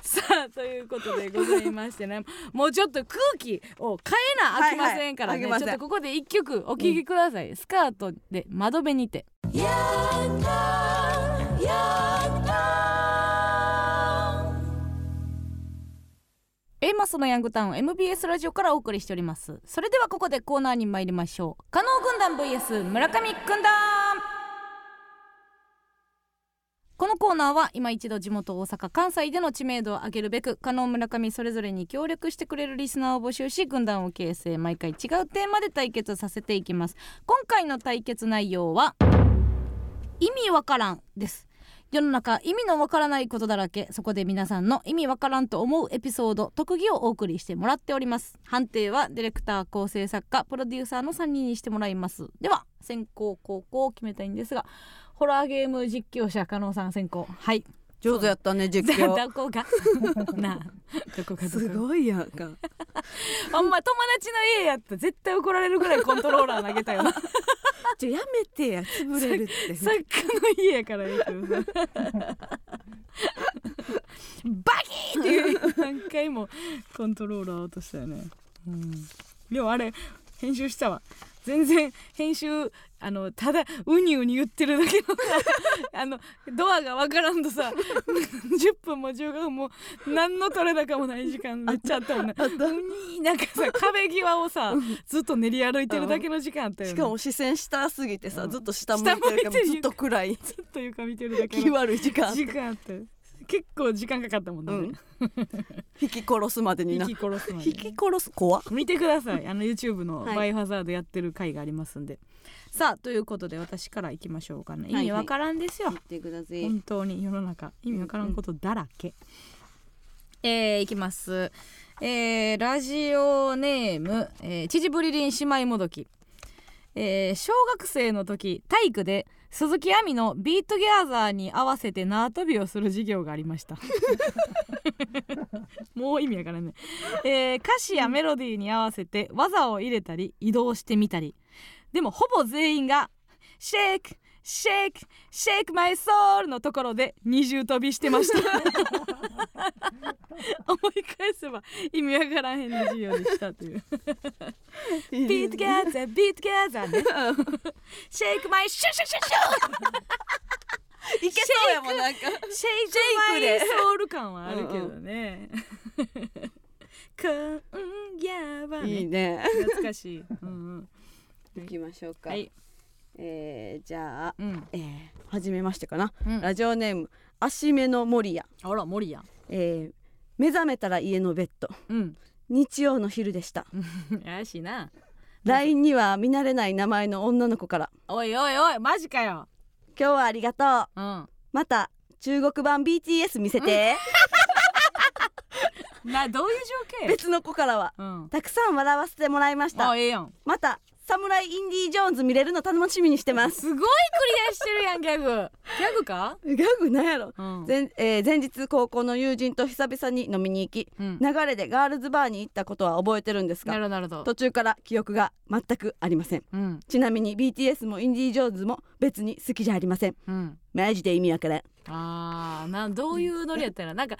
Speaker 1: さあということでございましてねもうちょっと空気を変えなあきませんからね、
Speaker 2: はいはいあ
Speaker 1: ちょ
Speaker 2: きま
Speaker 1: っ
Speaker 2: せ
Speaker 1: と
Speaker 2: ん
Speaker 1: ここで一曲お聴きください、スカートで窓辺にて
Speaker 3: やったやった
Speaker 1: A マスのヤングタウン MBS ラジオからお送りしておりますそれではここでコーナーに参りましょう加納軍団 VS 村上軍団このコーナーは今一度地元大阪関西での知名度を上げるべく加納村上それぞれに協力してくれるリスナーを募集し軍団を形成毎回違うテーマで対決させていきます今回の対決内容は意味わからんです世の中意味のわからないことだらけそこで皆さんの意味わからんと思うエピソード特技をお送りしてもらっております判定はディレクター構成作家プロデューサーの3人にしてもらいますでは先行後攻を決めたいんですがホラーゲーム実況者加納さん先行はい
Speaker 2: 上手やったね実況
Speaker 1: どこがなあどこがど
Speaker 2: す
Speaker 1: こ
Speaker 2: ごいやんか
Speaker 1: が ほんま友達の家やったら絶対怒られるぐらいコントローラー投げたよな作
Speaker 2: ちょやめてや潰れるって
Speaker 1: 家の家やからいいけどさバキーっていう何回もコントローラー落としたよね、うん、でもあれ編集したわ全然編集あのただウニウニ言ってるだけのさ あのドアがわからんとさ 10分も15分も何の取れ高もない時間めっちゃあったもんねウニなんかさ壁際をさずっと練り歩いてるだけの時間あったよね
Speaker 2: しかも視線下すぎてさ、
Speaker 1: うん
Speaker 2: ずっと下向いてるか
Speaker 1: 下
Speaker 2: ら
Speaker 1: 向いてる
Speaker 2: ずっと暗い
Speaker 1: ずっと床見てるだけ
Speaker 2: 気
Speaker 1: の
Speaker 2: 悪い時 間
Speaker 1: 時間あったよ結構時間かかったもんね、
Speaker 2: うん引き殺すまでにな
Speaker 1: 息殺すまで
Speaker 2: 引き殺す怖っ
Speaker 1: 見てくださいあの YouTube の「
Speaker 2: はい
Speaker 1: バイオハザード」やってる回がありますんで、さあということで私からいきましょうかね意
Speaker 2: はい
Speaker 1: 味わからんですよ、
Speaker 2: てくださ
Speaker 1: 本当に世の中意味わからんことだらけ、えー、いきますえー、ラジオネーム、えー、チジブリリン姉妹もどきえー、小学生の時体育で鈴木亜美の「ビートギャーザー」に合わせて縄跳びをする授業がありました もう意味わからんね、えー、歌詞やメロディーに合わせて技を入れたり移動してみたりでもほぼ全員が「シェイクシェイクシェイクマイソールのところで二重飛びしてました 思い返せば意味わからへんの授業でしたという「ビートギャーザービートギャーザー」ね「シェイクマイシュシュシュシュ
Speaker 2: いけそうやもんなんか
Speaker 1: シェイクマイソール感はあるけどね今夜は、
Speaker 2: いい
Speaker 1: ね、
Speaker 2: ね
Speaker 1: 懐かしい、うん
Speaker 2: 行きましょう
Speaker 1: うん、
Speaker 2: か、
Speaker 1: はい
Speaker 2: えー、じゃあ
Speaker 1: うん
Speaker 2: えー、はじめましてかな、
Speaker 1: うん
Speaker 2: ラジオネーム足目の守屋、
Speaker 1: あら森や
Speaker 2: えー、目覚めたら家のベッド
Speaker 1: うん
Speaker 2: 日曜の昼でした
Speaker 1: 怪しいな
Speaker 2: LINE には見慣れない名前の女の子から
Speaker 1: おいおいおいマジかよ
Speaker 2: 「今日はありがとう
Speaker 1: うん
Speaker 2: また中国版 BTS 見せて
Speaker 1: などういう」状況や
Speaker 2: 別の子からは
Speaker 1: うん
Speaker 2: 「たくさん笑わせてもらいまし
Speaker 1: あ
Speaker 2: た
Speaker 1: ええやん
Speaker 2: また侍インディ・ジョーンズ見れるの楽しみにしてます
Speaker 1: すごいクリアしてるやんギャグギャグか」
Speaker 2: ギャグなんやろ
Speaker 1: うん
Speaker 2: 前,、えー前日高校の友人と久々に飲みに行き
Speaker 1: うん
Speaker 2: 流れでガールズバーに行ったことは覚えてるんです
Speaker 1: なる
Speaker 2: が
Speaker 1: ほどなるほど
Speaker 2: 途中から記憶が全くありません
Speaker 1: うん
Speaker 2: ちなみに BTS もインディ・ジョーンズも別に好きじゃありません
Speaker 1: うん
Speaker 2: マジで意味わからん
Speaker 1: あーなどういうノリやったらなんか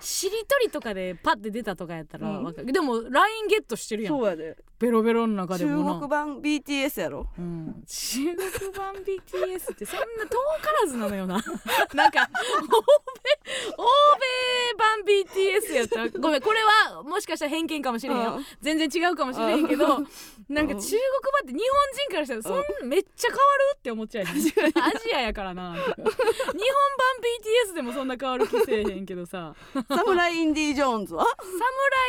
Speaker 1: しりとりとかでパッて出たとかやったら、
Speaker 2: うん
Speaker 1: わかるでも LINE ゲットしてるやん
Speaker 2: うやで
Speaker 1: ベロベロの中で
Speaker 2: 中
Speaker 1: もな
Speaker 2: 国版 BTS やろ
Speaker 1: うん、中国版 BTS ってそんな遠からずなのよ ななんか欧米欧米版 BTS やったらごめんこれはもしかしたら偏見かもしれんよ
Speaker 2: うん
Speaker 1: 全然違うかもしれんけどなんか中国版って日本人からしたらそんなめっちゃ変わるって思っちゃうよねアジアやからな日本版 BTS でもそんな変わる気せえへんけど さ
Speaker 2: 侍インディ・ジョーンズは、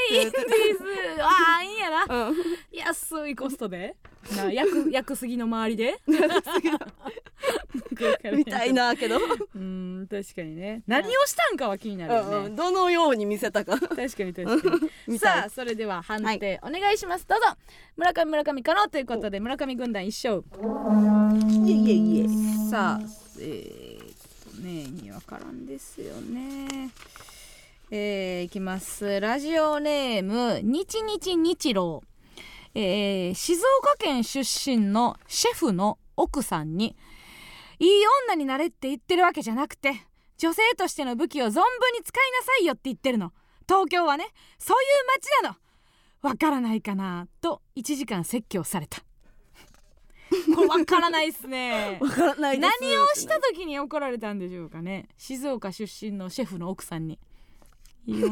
Speaker 1: 侍インディーズああいいんやな
Speaker 2: うん、
Speaker 1: 安いコストでな 薬薬杉の周りで
Speaker 2: みたいなけど、
Speaker 1: うん確かにね何をしたんかは気になるよね、
Speaker 2: どのように見せたか
Speaker 1: 確かに確かに
Speaker 2: たい
Speaker 1: さあそれでは判定お願いします、どうぞ村上村上かなということで村上軍団一勝
Speaker 2: いえいえいえ
Speaker 1: さあえーっとね意味わからんですよねえー、いきますラジオネーム日日日郎えー、静岡県出身のシェフの奥さんにいい女になれって言ってるわけじゃなくて女性としての武器を存分に使いなさいよって言ってるの東京はねそういう街なのわからないかなと1時間説教されたこれわからないっすね
Speaker 2: わからないです
Speaker 1: 何をした時に怒られたんでしょうかね静岡出身のシェフの奥さん にいいよ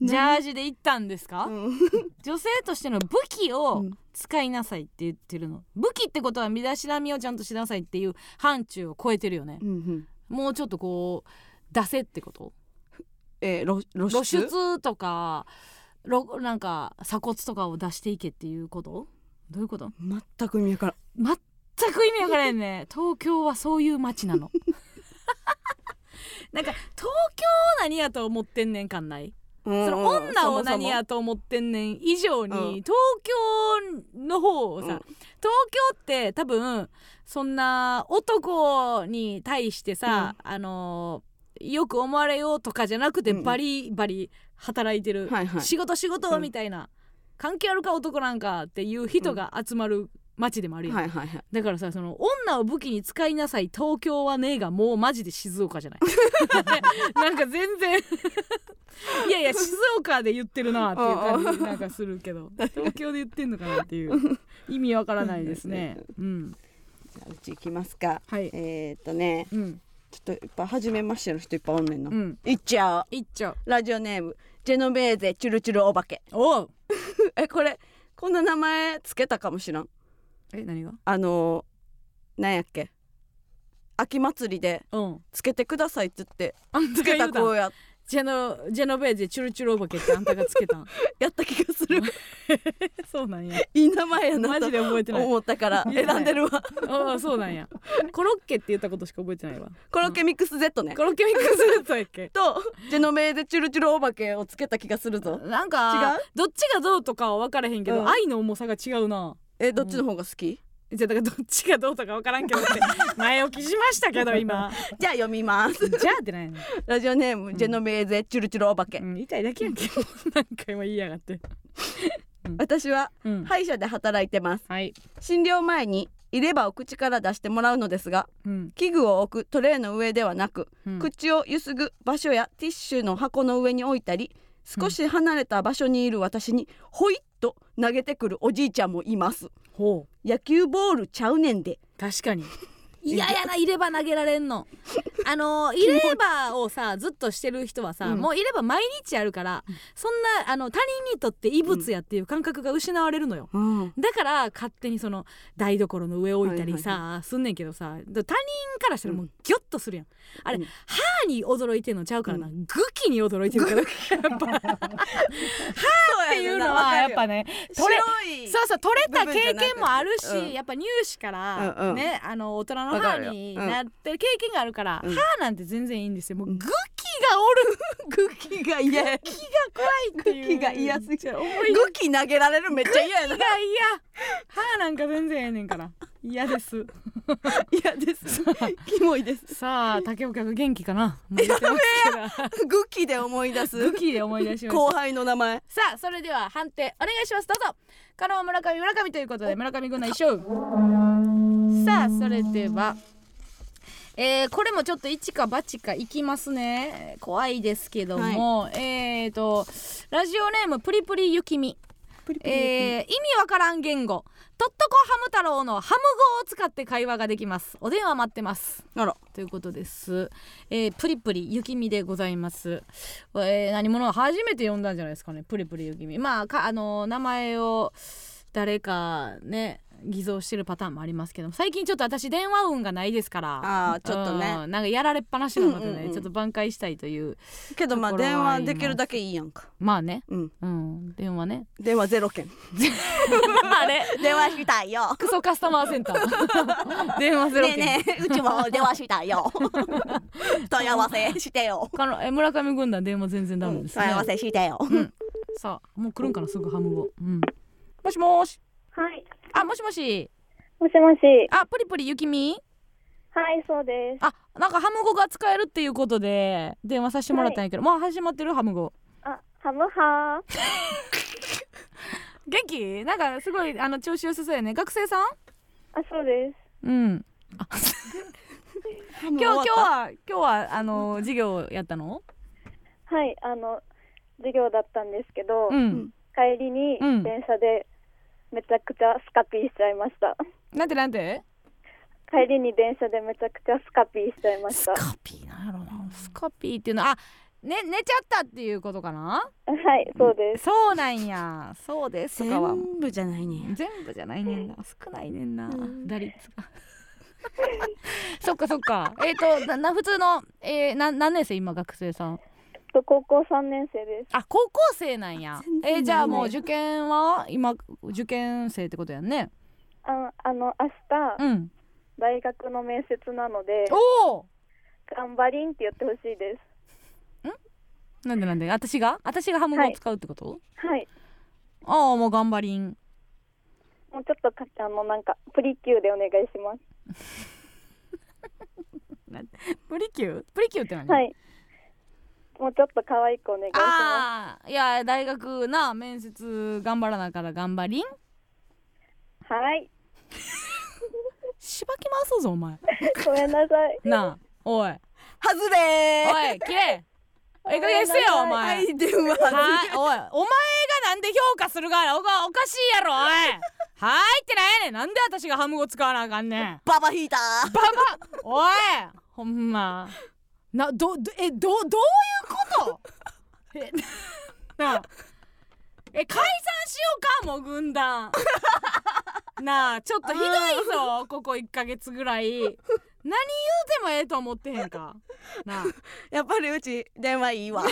Speaker 1: ジャージで行ったんですか、
Speaker 2: うん
Speaker 1: 女性としての武器を使いなさいって言ってるの、武器ってことは身だしなみをちゃんとしなさいっていう範疇を超えてるよね
Speaker 2: う、んうん
Speaker 1: もうちょっとこう出せってこと
Speaker 2: えー露露
Speaker 1: 露
Speaker 2: 出
Speaker 1: 出とかろなんか鎖骨とかを出していけっていうことどういうこと
Speaker 2: 全く意味わからん
Speaker 1: 全く意味わからん ね東京はそういう街なの なんか東京を何やと思ってんねんかんないその女を何やと思ってんねん以上に、
Speaker 2: うん
Speaker 1: 東京の方をさ、
Speaker 2: うん
Speaker 1: 東京って多分そんな男に対してさ、あのよく思われようとかじゃなくて
Speaker 2: うん
Speaker 1: バリバリ働いてる、
Speaker 2: はいはい
Speaker 1: 仕事仕事
Speaker 2: うん
Speaker 1: みたいな、関係あるか男なんかっていう人が集まる街でもあるやん、
Speaker 2: はいはいはい
Speaker 1: だからさその女を武器に使いなさい東京はねえがもうマジで静岡 じゃないなんか全 然いやいや静岡で言ってるなっていう感じなんかするけど 東京で言ってんのかなっていう 意味わからないですねうん
Speaker 2: じゃあうち行きますか
Speaker 1: はい
Speaker 2: えーっとね
Speaker 1: うん
Speaker 2: ちょっとやっぱ初めましての人いっぱいおんねんな
Speaker 1: うん
Speaker 2: いっちゃう
Speaker 1: いっちゃう
Speaker 2: ラジオネームジェノベーゼチュルチュルお化け
Speaker 1: おう
Speaker 2: えこれこんな名前つけたかもしらん
Speaker 1: え何が
Speaker 2: あのーなんやっけ秋祭りで
Speaker 1: うん
Speaker 2: つけてくださいって言って
Speaker 1: あんた
Speaker 2: つ
Speaker 1: が言
Speaker 2: け
Speaker 1: う
Speaker 2: た
Speaker 1: た
Speaker 2: 子や
Speaker 1: ジェノジェノベーゼチュルチュルお化けってあんたがつけたん
Speaker 2: やった気がする
Speaker 1: そうなんや
Speaker 2: いい名前やな
Speaker 1: マ
Speaker 2: と
Speaker 1: ジで覚えて ない
Speaker 2: 思ったから
Speaker 1: 言ってない
Speaker 2: 選んでるわ
Speaker 1: ああそうなん やコロッケって言ったことしか覚えてない わ
Speaker 2: コロッケミックス Z ね
Speaker 1: コロッケミックスだったっけ
Speaker 2: とジェノベーゼチュルチュルお化けをつけた気がするぞ
Speaker 1: なんか
Speaker 2: 違う
Speaker 1: どっちがどうとかは分からへんけど、
Speaker 2: うん
Speaker 1: 愛の重さが違うな
Speaker 2: えどっちの方が好き
Speaker 1: じゃあだからどっちがどうとか分からんけどって 前置きしましたけど今
Speaker 2: じゃあ読みます
Speaker 1: じゃあってないの、
Speaker 2: ラジオネームジェノベーゼチュルチュルお化け
Speaker 1: うん、痛いだけやんけなんか今言いやがって
Speaker 2: 私は
Speaker 1: うん
Speaker 2: 歯医者で働いてます
Speaker 1: はい、
Speaker 2: 診療前に入れ歯を口から出してもらうのですが
Speaker 1: うん
Speaker 2: 器具を置くトレーの上ではなく、
Speaker 1: うん
Speaker 2: 口をゆすぐ場所やティッシュの箱の上に置いたり少し離れた場所にいる私にほいっと投げてくるおじいちゃんもいます
Speaker 1: ほう
Speaker 2: 野球ボールちゃうねんで
Speaker 1: 確かに 嫌やな入れ歯投げられん のあの入れ歯をさずっとしてる人はさ、
Speaker 2: うん
Speaker 1: もう入れ歯毎日やるからそんなあの他人にとって異物やっていう感覚が失われるのよ、
Speaker 2: うん
Speaker 1: だから勝手にその台所の上置いたりさ、
Speaker 2: はい
Speaker 1: すんねんけどさだ他人からしたらもうギョッとするやん、あれ、
Speaker 2: うん
Speaker 1: 歯に驚いてんのちゃうからな、
Speaker 2: う
Speaker 1: グキに驚いてるからっ
Speaker 2: って
Speaker 1: いうのはやっぱね取れ
Speaker 2: 白い
Speaker 1: そうそう取れた経験もあるし、
Speaker 2: 部分じ
Speaker 1: や
Speaker 2: ゃなくてうん
Speaker 1: っぱ乳歯から、
Speaker 2: うんうん
Speaker 1: ねあの大人の
Speaker 2: わか
Speaker 1: 歯
Speaker 2: るよ
Speaker 1: に
Speaker 2: うん
Speaker 1: なってる経験があるから、
Speaker 2: うん
Speaker 1: 歯なんて全然いいんですよもう
Speaker 2: うん
Speaker 1: グキがおる
Speaker 2: グキが嫌 や
Speaker 1: 気が怖いっていう
Speaker 2: グキが嫌すぎ
Speaker 1: ちゃ
Speaker 2: る
Speaker 1: う思 い
Speaker 2: グキ投げられるめっちゃ嫌や
Speaker 1: が
Speaker 2: な
Speaker 1: 嫌歯なんか全然ええねんから嫌 です
Speaker 2: 嫌です キモいです
Speaker 1: さあ竹岡が元気かなもう言ってますけど
Speaker 2: グキで思い出す
Speaker 1: 武器で思い出しまし
Speaker 2: 後輩の名前
Speaker 1: たさあそれでは判定お願いしますどうぞカノン村上村上ということで村上軍の一勝さあそれではえーこれもちょっと一か八かいきますね怖いですけども、えーとラジオネームプリプリゆきみ
Speaker 2: プリプ
Speaker 1: え
Speaker 2: リ
Speaker 1: ー意味わからん言語とっとこハム太郎のハム語を使って会話ができますお電話待ってます
Speaker 2: あら
Speaker 1: ということです。えー、プリプリ雪見でございます。えー、何者初めて読んだんじゃないですかね。プリプリ雪見。まあかあのー名前を誰かね偽造してるパターンもありますけど、最近ちょっと私電話運がないですから。
Speaker 2: あーちょっとね
Speaker 1: うんなんかやられっぱなしなのでね、
Speaker 2: うんうんうん
Speaker 1: ちょっと挽回したいという。
Speaker 2: けどまあ
Speaker 1: ところは
Speaker 2: 電
Speaker 1: あ
Speaker 2: 話
Speaker 1: ります
Speaker 2: できるだけいいやんか
Speaker 1: まあね。
Speaker 2: うん
Speaker 1: うん、電話 ね。
Speaker 2: 電話ゼロ件
Speaker 1: あれ
Speaker 2: 電話したいよ
Speaker 1: クソカスタマーセンタ ー。電話ゼロ
Speaker 2: ね
Speaker 1: 件。
Speaker 2: えねえうちも電話した いよ問い合わせしてよ
Speaker 1: 他のえ村上軍団電話全然ダメですね。
Speaker 2: 問い合わせしてよ
Speaker 1: さあもう来るんからすぐハムを、うん、もしもーし
Speaker 5: はい。
Speaker 1: あもしもし
Speaker 5: もしもし。
Speaker 1: あプリプリゆきみ
Speaker 5: はい、そうです。
Speaker 1: あなんかハム語が使えるっていうことで電話させてもらったんやけど、もう始まってるハム語
Speaker 5: あ、ハムハー。
Speaker 1: 元気なんかすごいあの調子良さそうやね学生さん
Speaker 5: あ、そうです。
Speaker 1: うん
Speaker 2: 今
Speaker 1: 今日今日は今日はあの授業やったの
Speaker 5: はい、あの授業だったんですけど、
Speaker 1: うん
Speaker 5: 帰りに
Speaker 1: うん
Speaker 5: 電車でめちゃくちゃスカピーしちゃいました。
Speaker 1: なんてなんて
Speaker 5: 帰りに電車でめちゃくちゃスカピーしちゃいました。は、
Speaker 1: ピーなんやろなスカピーっていうのはあね寝ちゃったっていうことかない
Speaker 5: そうです。
Speaker 1: そうなんやそうですとかは
Speaker 2: 全部じゃないね
Speaker 1: 全部じゃないねんな少ないねんな、打率が そっかそっかえっ、となな普通の、えー、な何年生今学生さん
Speaker 5: と高校三年生です。
Speaker 1: あ高校生なんや
Speaker 2: 全然
Speaker 1: えーじゃあもう
Speaker 2: じ
Speaker 1: 受験は今受験生ってことやんね
Speaker 5: あ、あの明日、
Speaker 1: うん
Speaker 5: 大学の面接なので
Speaker 1: おお
Speaker 5: 頑張りんって言ってほしいです。
Speaker 1: なんでなんで私が私がハム語を使うってこと、
Speaker 5: はい。
Speaker 1: ああもう頑張りん
Speaker 5: もうちょっとかあのなんかプリキューでお願いします。
Speaker 1: プリキュープリキューって何、
Speaker 5: はい。もうちょっと可愛くお願いしま
Speaker 1: ああいや大学な面接頑張らなから頑張りん
Speaker 5: す。はい。
Speaker 1: しばき回そうぞお前
Speaker 5: ごめんなさい。
Speaker 1: なあおい
Speaker 2: 外れー
Speaker 1: おい切れええ加減せよお
Speaker 2: は
Speaker 1: 前
Speaker 2: い電話
Speaker 1: はい、おい、お前がなんで評価するから、おか、おかしいやろ、おい。はーいってなんやねん、なんで私がハム語使わなあかんねん。
Speaker 2: ババ引いた
Speaker 1: ババ、おい、ほんま。な、ど、どえ、ど、どういうこと。え、なあ。え、解散しようか、もう軍団。なあ、ちょっとひどいぞ、ここ一ヶ月ぐらい。何言うてもええと思ってへんか。なあ。
Speaker 2: やっぱりうち電話いいわ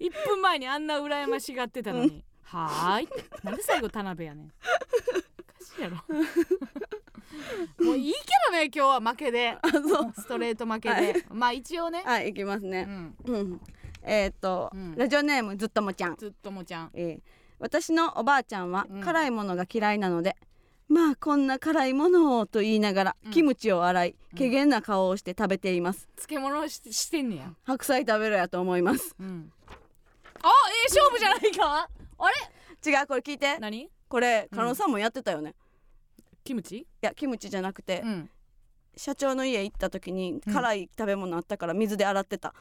Speaker 1: 1分前にあんな羨ましがってたのに「はーい」なんで最後田辺やねんおかしい やろもういいけどね今日は負けでストレート負けで、
Speaker 2: はい
Speaker 1: まあ一応ね、
Speaker 2: はい行きます
Speaker 1: う
Speaker 2: ね
Speaker 1: ん、
Speaker 2: うんえーっと
Speaker 1: うん
Speaker 2: ラジオネームずっともちゃん
Speaker 1: ずっともちゃん
Speaker 2: えー私のおばあちゃんは
Speaker 1: うん
Speaker 2: 辛いものが嫌いなのでまあこんな辛いものをと言いながら
Speaker 1: うん
Speaker 2: キムチを洗い
Speaker 1: ん
Speaker 2: 怪げな顔をして食べています
Speaker 1: 漬物をししてんねや、
Speaker 2: 白菜食べろやと思います
Speaker 1: うん、あええ勝負じゃないかあれ
Speaker 2: 違うこれ聞いて
Speaker 1: 何
Speaker 2: これ加納さんもやってたよね
Speaker 1: キムチ、
Speaker 2: いやキムチじゃなくて
Speaker 1: うん、
Speaker 2: 社長の家行った時に
Speaker 1: うん
Speaker 2: 辛い食べ物あったから水で洗ってた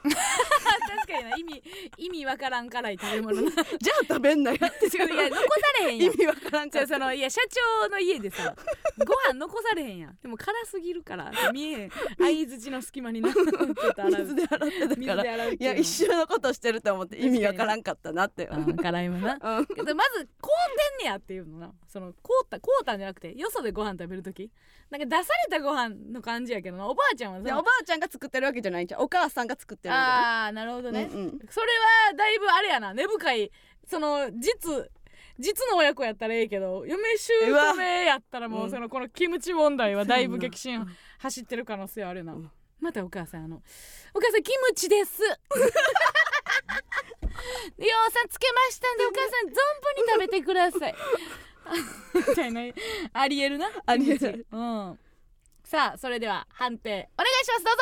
Speaker 1: 確かにな意味意味わからん辛い食べ物ない
Speaker 2: じゃあ食べんなよって
Speaker 1: や残されへん
Speaker 2: 意
Speaker 1: やん
Speaker 2: 味わから ん
Speaker 1: じ
Speaker 2: ちゃ
Speaker 1: ゃ
Speaker 2: う
Speaker 1: あそのいや社長の家で さご飯残されへんやんでも辛すぎるから見えへん相づちの隙間 になってたら
Speaker 2: 水で洗って
Speaker 1: 水
Speaker 2: た
Speaker 1: で
Speaker 2: から
Speaker 1: 洗うって
Speaker 2: いう
Speaker 1: の
Speaker 2: や一緒のことしてると思って意味わからんかったなって
Speaker 1: あー辛いもんな
Speaker 2: うん
Speaker 1: でまず凍ってんねやっていうのなその凍った凍ったんじゃなくてよそでご飯食べる時なんか出されたご飯の感じやけどなおばあちゃんは
Speaker 2: で
Speaker 1: さ
Speaker 2: おばあちゃんが作ってるわけじゃないんじゃんお母さんが作ってるんだ
Speaker 1: あーなるほど
Speaker 2: よ
Speaker 1: ね、
Speaker 2: うんうん
Speaker 1: それはだいぶあれやな根深いその実実の親子やったらええけど嫁姑やったらもう
Speaker 2: うわ
Speaker 1: そのこのキムチ問題はだいぶ
Speaker 2: そうやな
Speaker 1: 激震走ってる可能性あるな、
Speaker 2: うん
Speaker 1: またお母さんあの「お母さんキムチです」「ようさんつけましたんでお母さん存分に食べてください」 みたいなありえるな
Speaker 2: ありえる
Speaker 1: キムチうんさあそれでは判定お願いしますどうぞ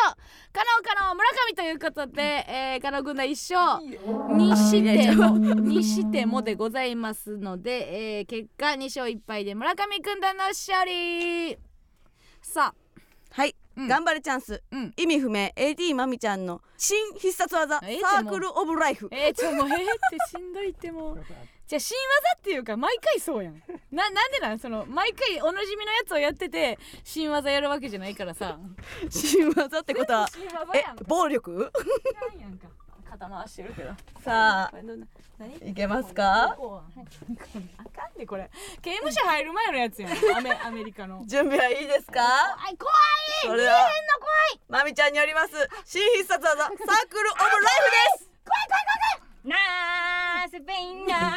Speaker 1: カノンカノン村上ということで、えー、カノン軍団一勝にしてもにしてもでございますので、えー、結果2勝1敗で村上軍団の勝利さ
Speaker 2: はい
Speaker 1: うん
Speaker 2: 頑張れチャンス
Speaker 1: あうん
Speaker 2: 意味不明 AD まみちゃんの新必殺技サ
Speaker 1: ええって
Speaker 2: ー
Speaker 1: もう
Speaker 2: クルオブライフ
Speaker 1: えー、ちょもうえーってしんどいって もうじゃあ新技っていうか毎回そうやんななんでなんその毎回おなじみのやつをやってて新技やるわけじゃないからさ
Speaker 2: 新技ってこ とは
Speaker 1: 新技
Speaker 2: え
Speaker 1: やんか
Speaker 2: 暴力
Speaker 1: 知らんやんか肩回してるけど
Speaker 2: さ
Speaker 1: これどんな何
Speaker 2: あいけますか
Speaker 1: あかんでこれ刑務所入る前のやつやんアメアメリカ の
Speaker 2: 準備はいいですか
Speaker 1: 怖い
Speaker 2: それはまみちゃんによります新必殺技サークルオブライフです
Speaker 1: なあスペインな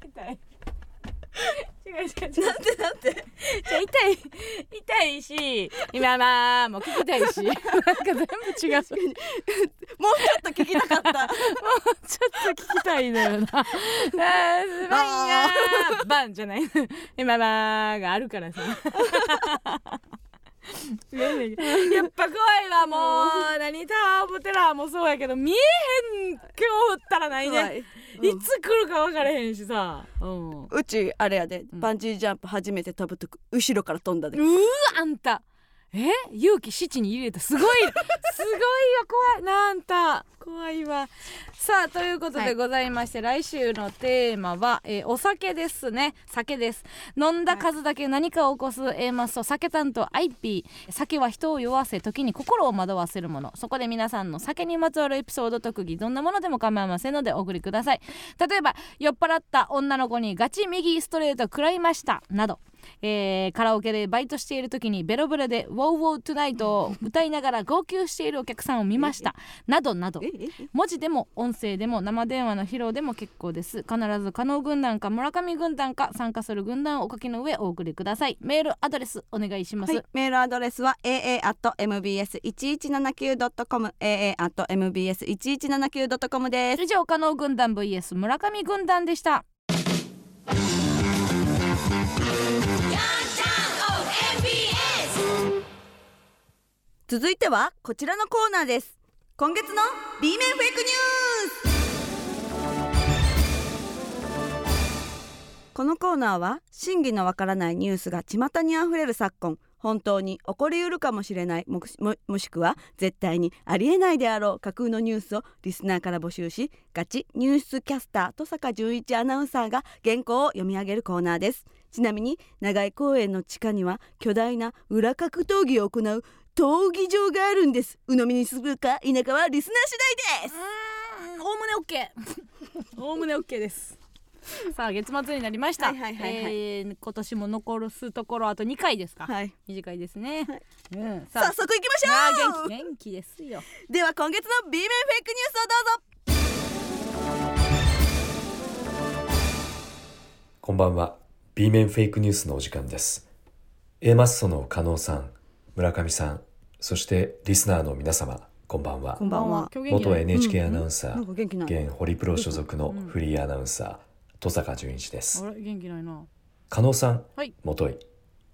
Speaker 1: 痛い違う違う違う
Speaker 2: なんてなんて
Speaker 1: じゃあ痛い 痛いし今まあもう聞きたいしなんか全部違う
Speaker 2: ももうちょっと聞きたかった。
Speaker 1: ちょっと聞きたいの よな。あーすばんやー バンじゃない。今バーがあるからさ。やっぱ怖いわもう何タワーオブテラーもそうやけど見えへん今日ったらない
Speaker 2: 怖
Speaker 1: ね
Speaker 2: い
Speaker 1: いつ来るか分からへんしさ、うん、う
Speaker 2: うちあれやで、バンジージャンプ初めて飛ぶとき後ろから飛んだで、
Speaker 1: ーあんたえ勇気七に入れたすごいすごいよ怖いなあんた怖いわさあということ
Speaker 2: は
Speaker 1: で
Speaker 2: い
Speaker 1: ございまして、来週のテーマは、えーお酒ですね酒です飲んだ数だけ何かを起こす A マスト酒担当 IP 酒は人を酔わせ時に心を惑わせるものそこで皆さんの酒にまつわるエピソード特技どんなものでも構いませんのでお送りください例えば酔っ払った女の子にガチ右ストレート食らいましたなどえーカラオケでバイトしている時にベロベロで「ウォーウォートゥナイト」を歌いながら号泣しているお客さんを見ましたなどなど文字でも音声でも生電話の披露でも結構です必ず加納軍団か村上軍団か参加する軍団をお書きの上お送りくださいメールアドレスお願いします、
Speaker 2: はい、メールアドレスは aa.mbs1179.com aa.mbs1179.com です
Speaker 1: 以上加納軍団 VS 村上軍団でした
Speaker 2: 続いてはこちらのコーナーです今月の B 面フェイクニュースこのコーナーは真偽のわからないニュースが巷にあふれる昨今本当に起こりうるかもしれないもくしももしくは絶対にありえないであろう架空のニュースをリスナーから募集しガチニュースキャスター登坂純一アナウンサーが原稿を読み上げるコーナーですちなみに長井公園の地下には巨大な裏格闘技を行う闘技場があるんです鵜呑みにするか否かはリスナー次第です
Speaker 1: おおむね OK おおむね OK ですさあ月末になりました
Speaker 2: はいはいはいはい
Speaker 1: えー今年も残すところあと2回ですか、
Speaker 2: はい
Speaker 1: 短いですね、うん、さあ
Speaker 2: 早速行きまし
Speaker 1: あ
Speaker 2: ょう
Speaker 1: ー元気元気ですよ
Speaker 2: では今月の B 面フェイクニュースをどうぞ
Speaker 6: こんばんは。B 面フェイクニュースのお時間です。A マッソの加納さん、村上さん、そしてリスナーの皆様、こんばんは。
Speaker 2: ばんは
Speaker 6: 元 NHK アナウンサ
Speaker 2: なんか元気ない
Speaker 6: ー、現ホリプロ所属のフリーアナウンサー、登坂淳一です。
Speaker 1: あれ元気ないな
Speaker 6: 加納さん、
Speaker 1: はい
Speaker 6: 元井、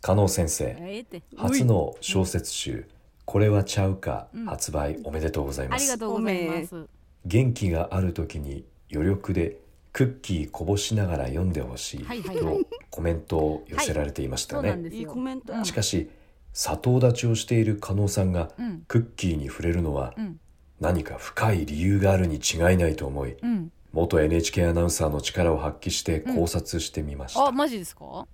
Speaker 6: 加納先生、
Speaker 1: ええって
Speaker 6: 初の小説集、これはちゃうか、発売おめでとうござい
Speaker 1: あ
Speaker 6: ま
Speaker 1: り
Speaker 6: す
Speaker 1: が。とうございます
Speaker 6: 元気がある時に余力でクッキーこぼしながら読んでほしい
Speaker 1: はいはいはい
Speaker 6: とコメントを寄せられていました
Speaker 1: そう
Speaker 6: ね、
Speaker 1: なんです
Speaker 2: いい
Speaker 1: よ
Speaker 2: コメント、
Speaker 1: うん
Speaker 6: しかし砂糖立ちをしている加納さんが
Speaker 1: うん
Speaker 6: クッキーに触れるのは
Speaker 1: うん
Speaker 6: 何か深い理由があるに違いないと思い
Speaker 1: うん
Speaker 6: 元 NHK アナウンサーの力を発揮して考察してみました、
Speaker 1: あマジですか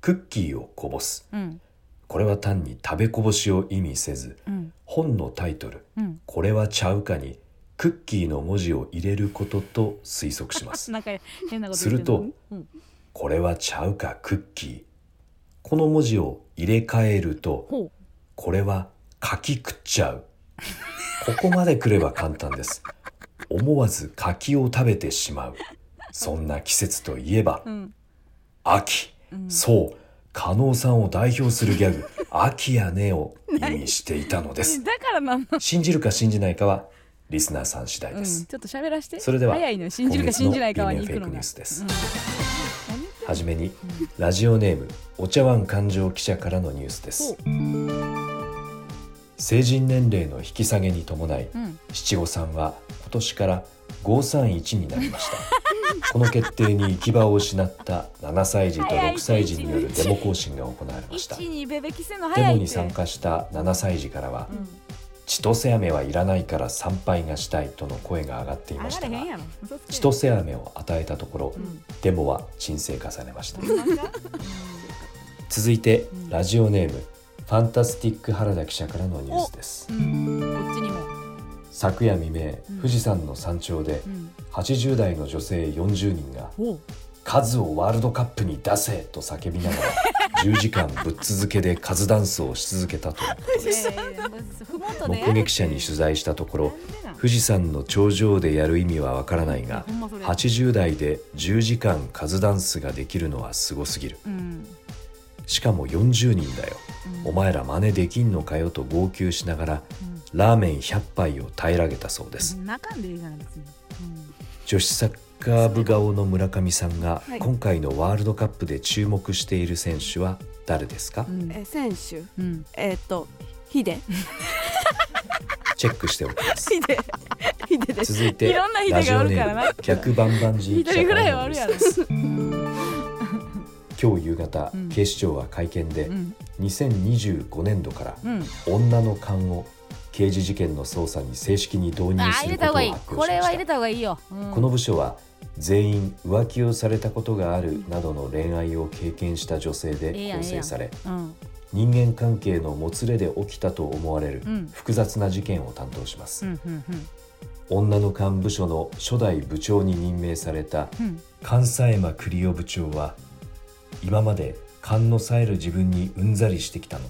Speaker 6: クッキーをこぼす
Speaker 1: うん
Speaker 6: これは単に食べこぼしを意味せず
Speaker 1: うん
Speaker 6: 本のタイトル
Speaker 1: うん
Speaker 6: 「これはちゃうか」にクッキーの文字を入れることと推測します
Speaker 1: なんか変なこと言って
Speaker 6: すると
Speaker 1: うん
Speaker 6: 「これはちゃうかクッキー」この文字を入れ替えると
Speaker 1: ほう
Speaker 6: 「これは柿食っちゃう」ここまで来れば簡単です思わず柿を食べてしまうそんな季節といえば、
Speaker 1: ん
Speaker 6: 秋、そう加納さんを代表するギャグ「秋やね」を意味していたのです
Speaker 1: だからなんなん
Speaker 6: 信じるか信じないかはリスナーさん次第
Speaker 1: うん
Speaker 6: で
Speaker 1: ちょ
Speaker 6: す
Speaker 1: っ、と喋らして
Speaker 6: それでは
Speaker 1: 早いのよ信じるか信じないかは
Speaker 6: 今
Speaker 1: に
Speaker 6: 月
Speaker 1: 行
Speaker 6: の
Speaker 1: くの
Speaker 6: B 面フェイクニュ
Speaker 1: が
Speaker 6: ースです、はじめにラジオネームお茶碗環状記者からのニュースです成人年齢の引き下げに伴い
Speaker 1: うん
Speaker 6: 七五三は今年から531になりま したこの決定に行き場を失った7歳児と6歳児によるデモ行進が行われました
Speaker 1: 一にベベキせんの
Speaker 6: デ
Speaker 1: 早
Speaker 6: モ
Speaker 1: い
Speaker 6: に
Speaker 1: って
Speaker 6: 参加した7歳児からは「千歳飴はいらないから参拝がしたい」との声が上がっていま
Speaker 1: 上
Speaker 6: し
Speaker 1: が
Speaker 6: た
Speaker 1: れへ
Speaker 6: が
Speaker 1: んやろ嘘つけ
Speaker 6: 千歳飴を与えたところ、
Speaker 1: ん
Speaker 6: デモは沈静化されました続いてラジオネームファンタスティック原田記者からのニュースです
Speaker 1: うんこっちにも
Speaker 6: 昨夜未明富士山の山頂で
Speaker 1: うん
Speaker 6: 80代の女性40人が
Speaker 1: ほう
Speaker 6: 「数をワールドカップに出せ!」と叫びなが ら10時間ぶっ続けで数ダンスをし続けたということで
Speaker 1: えーふもとでやれ
Speaker 6: 目撃者に取材したところ
Speaker 1: なんでなん
Speaker 6: 富士山の頂上でやる意味はわからないが
Speaker 1: ほんまそれ
Speaker 6: 80代で10時間カズダンスができるのはすごすぎる
Speaker 1: うん
Speaker 6: しかも40人だよ、お前ら真似できんのかよと号泣しながら、ラーメン100杯を平らげたそうです
Speaker 1: 中でいいじゃない別に、
Speaker 6: 女子サッカー部顔の村上さんが
Speaker 2: はい
Speaker 6: 今回のワールドカップで注目している選手は誰ですか、
Speaker 1: うん
Speaker 2: え選手
Speaker 1: うん、
Speaker 2: えっ、とヒデ
Speaker 6: チェックしてお きます
Speaker 2: ヒデヒデです
Speaker 6: 続いて
Speaker 7: いろんな人が
Speaker 6: ラジオネ
Speaker 7: おるから
Speaker 6: ー
Speaker 7: な
Speaker 6: ム逆バンバン人記者からのニュースです今日夕方、
Speaker 1: うん
Speaker 6: 警視庁は会見で、
Speaker 1: うん
Speaker 6: 2025年度から、
Speaker 1: うん
Speaker 6: 女の勘を刑事事件の捜査に正式に導入
Speaker 7: あー
Speaker 6: す
Speaker 7: 入
Speaker 6: る
Speaker 7: れ
Speaker 6: こ
Speaker 7: た方
Speaker 6: とを
Speaker 7: がいい
Speaker 6: 発
Speaker 7: こ
Speaker 6: 表し
Speaker 7: れ
Speaker 6: ま
Speaker 7: は
Speaker 6: し
Speaker 7: 入れ
Speaker 6: た
Speaker 7: た方がいいよ、うん
Speaker 6: この部署は全員浮気をされたことがあるなどの恋愛を経験した女性
Speaker 7: ええ
Speaker 6: で
Speaker 7: やん
Speaker 6: 構成され
Speaker 1: うん、
Speaker 6: 人間関係のもつれで起きたと思われる
Speaker 1: うん
Speaker 6: 複雑な事件を担当します、
Speaker 1: うん、うん、
Speaker 6: 女の幹部署の初代部長に任命された
Speaker 1: うん、
Speaker 6: 関西間栗尾部長は今まで勘のさえる自分にうんざりしてきたの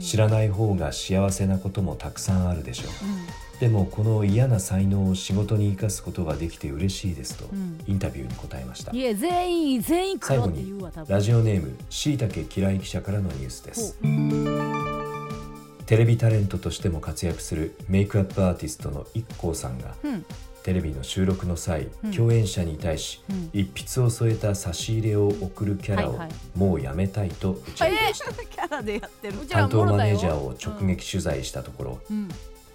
Speaker 6: 知らない方が幸せなこともたくさんあるでしょう、でもこの嫌な才能を仕事に生かすことができて嬉しいですと
Speaker 1: うん
Speaker 6: インタビューに答えました、
Speaker 7: いや全員全員
Speaker 6: 最
Speaker 7: 黒
Speaker 6: 後
Speaker 7: って
Speaker 6: に
Speaker 7: 言うわ多分
Speaker 6: ラジオネームしいたけ嫌い記者からのニュースですテレビタレントとしても活躍するメイクアップアーティストの IKKO さんが、
Speaker 1: うん
Speaker 6: テレビの収録の際、
Speaker 1: うん
Speaker 6: 共演者に対し、
Speaker 1: うん
Speaker 6: 一筆を添えた差し入れを送るキャラを、
Speaker 7: はいはい
Speaker 6: もうやめたいと打ち明けました、
Speaker 2: キャラでやってる
Speaker 7: うちら
Speaker 6: 担
Speaker 7: も
Speaker 6: 当
Speaker 7: ろ
Speaker 6: マ
Speaker 7: だ
Speaker 6: ネ
Speaker 7: よ
Speaker 6: ージャーを直撃取材したところ、
Speaker 1: うん、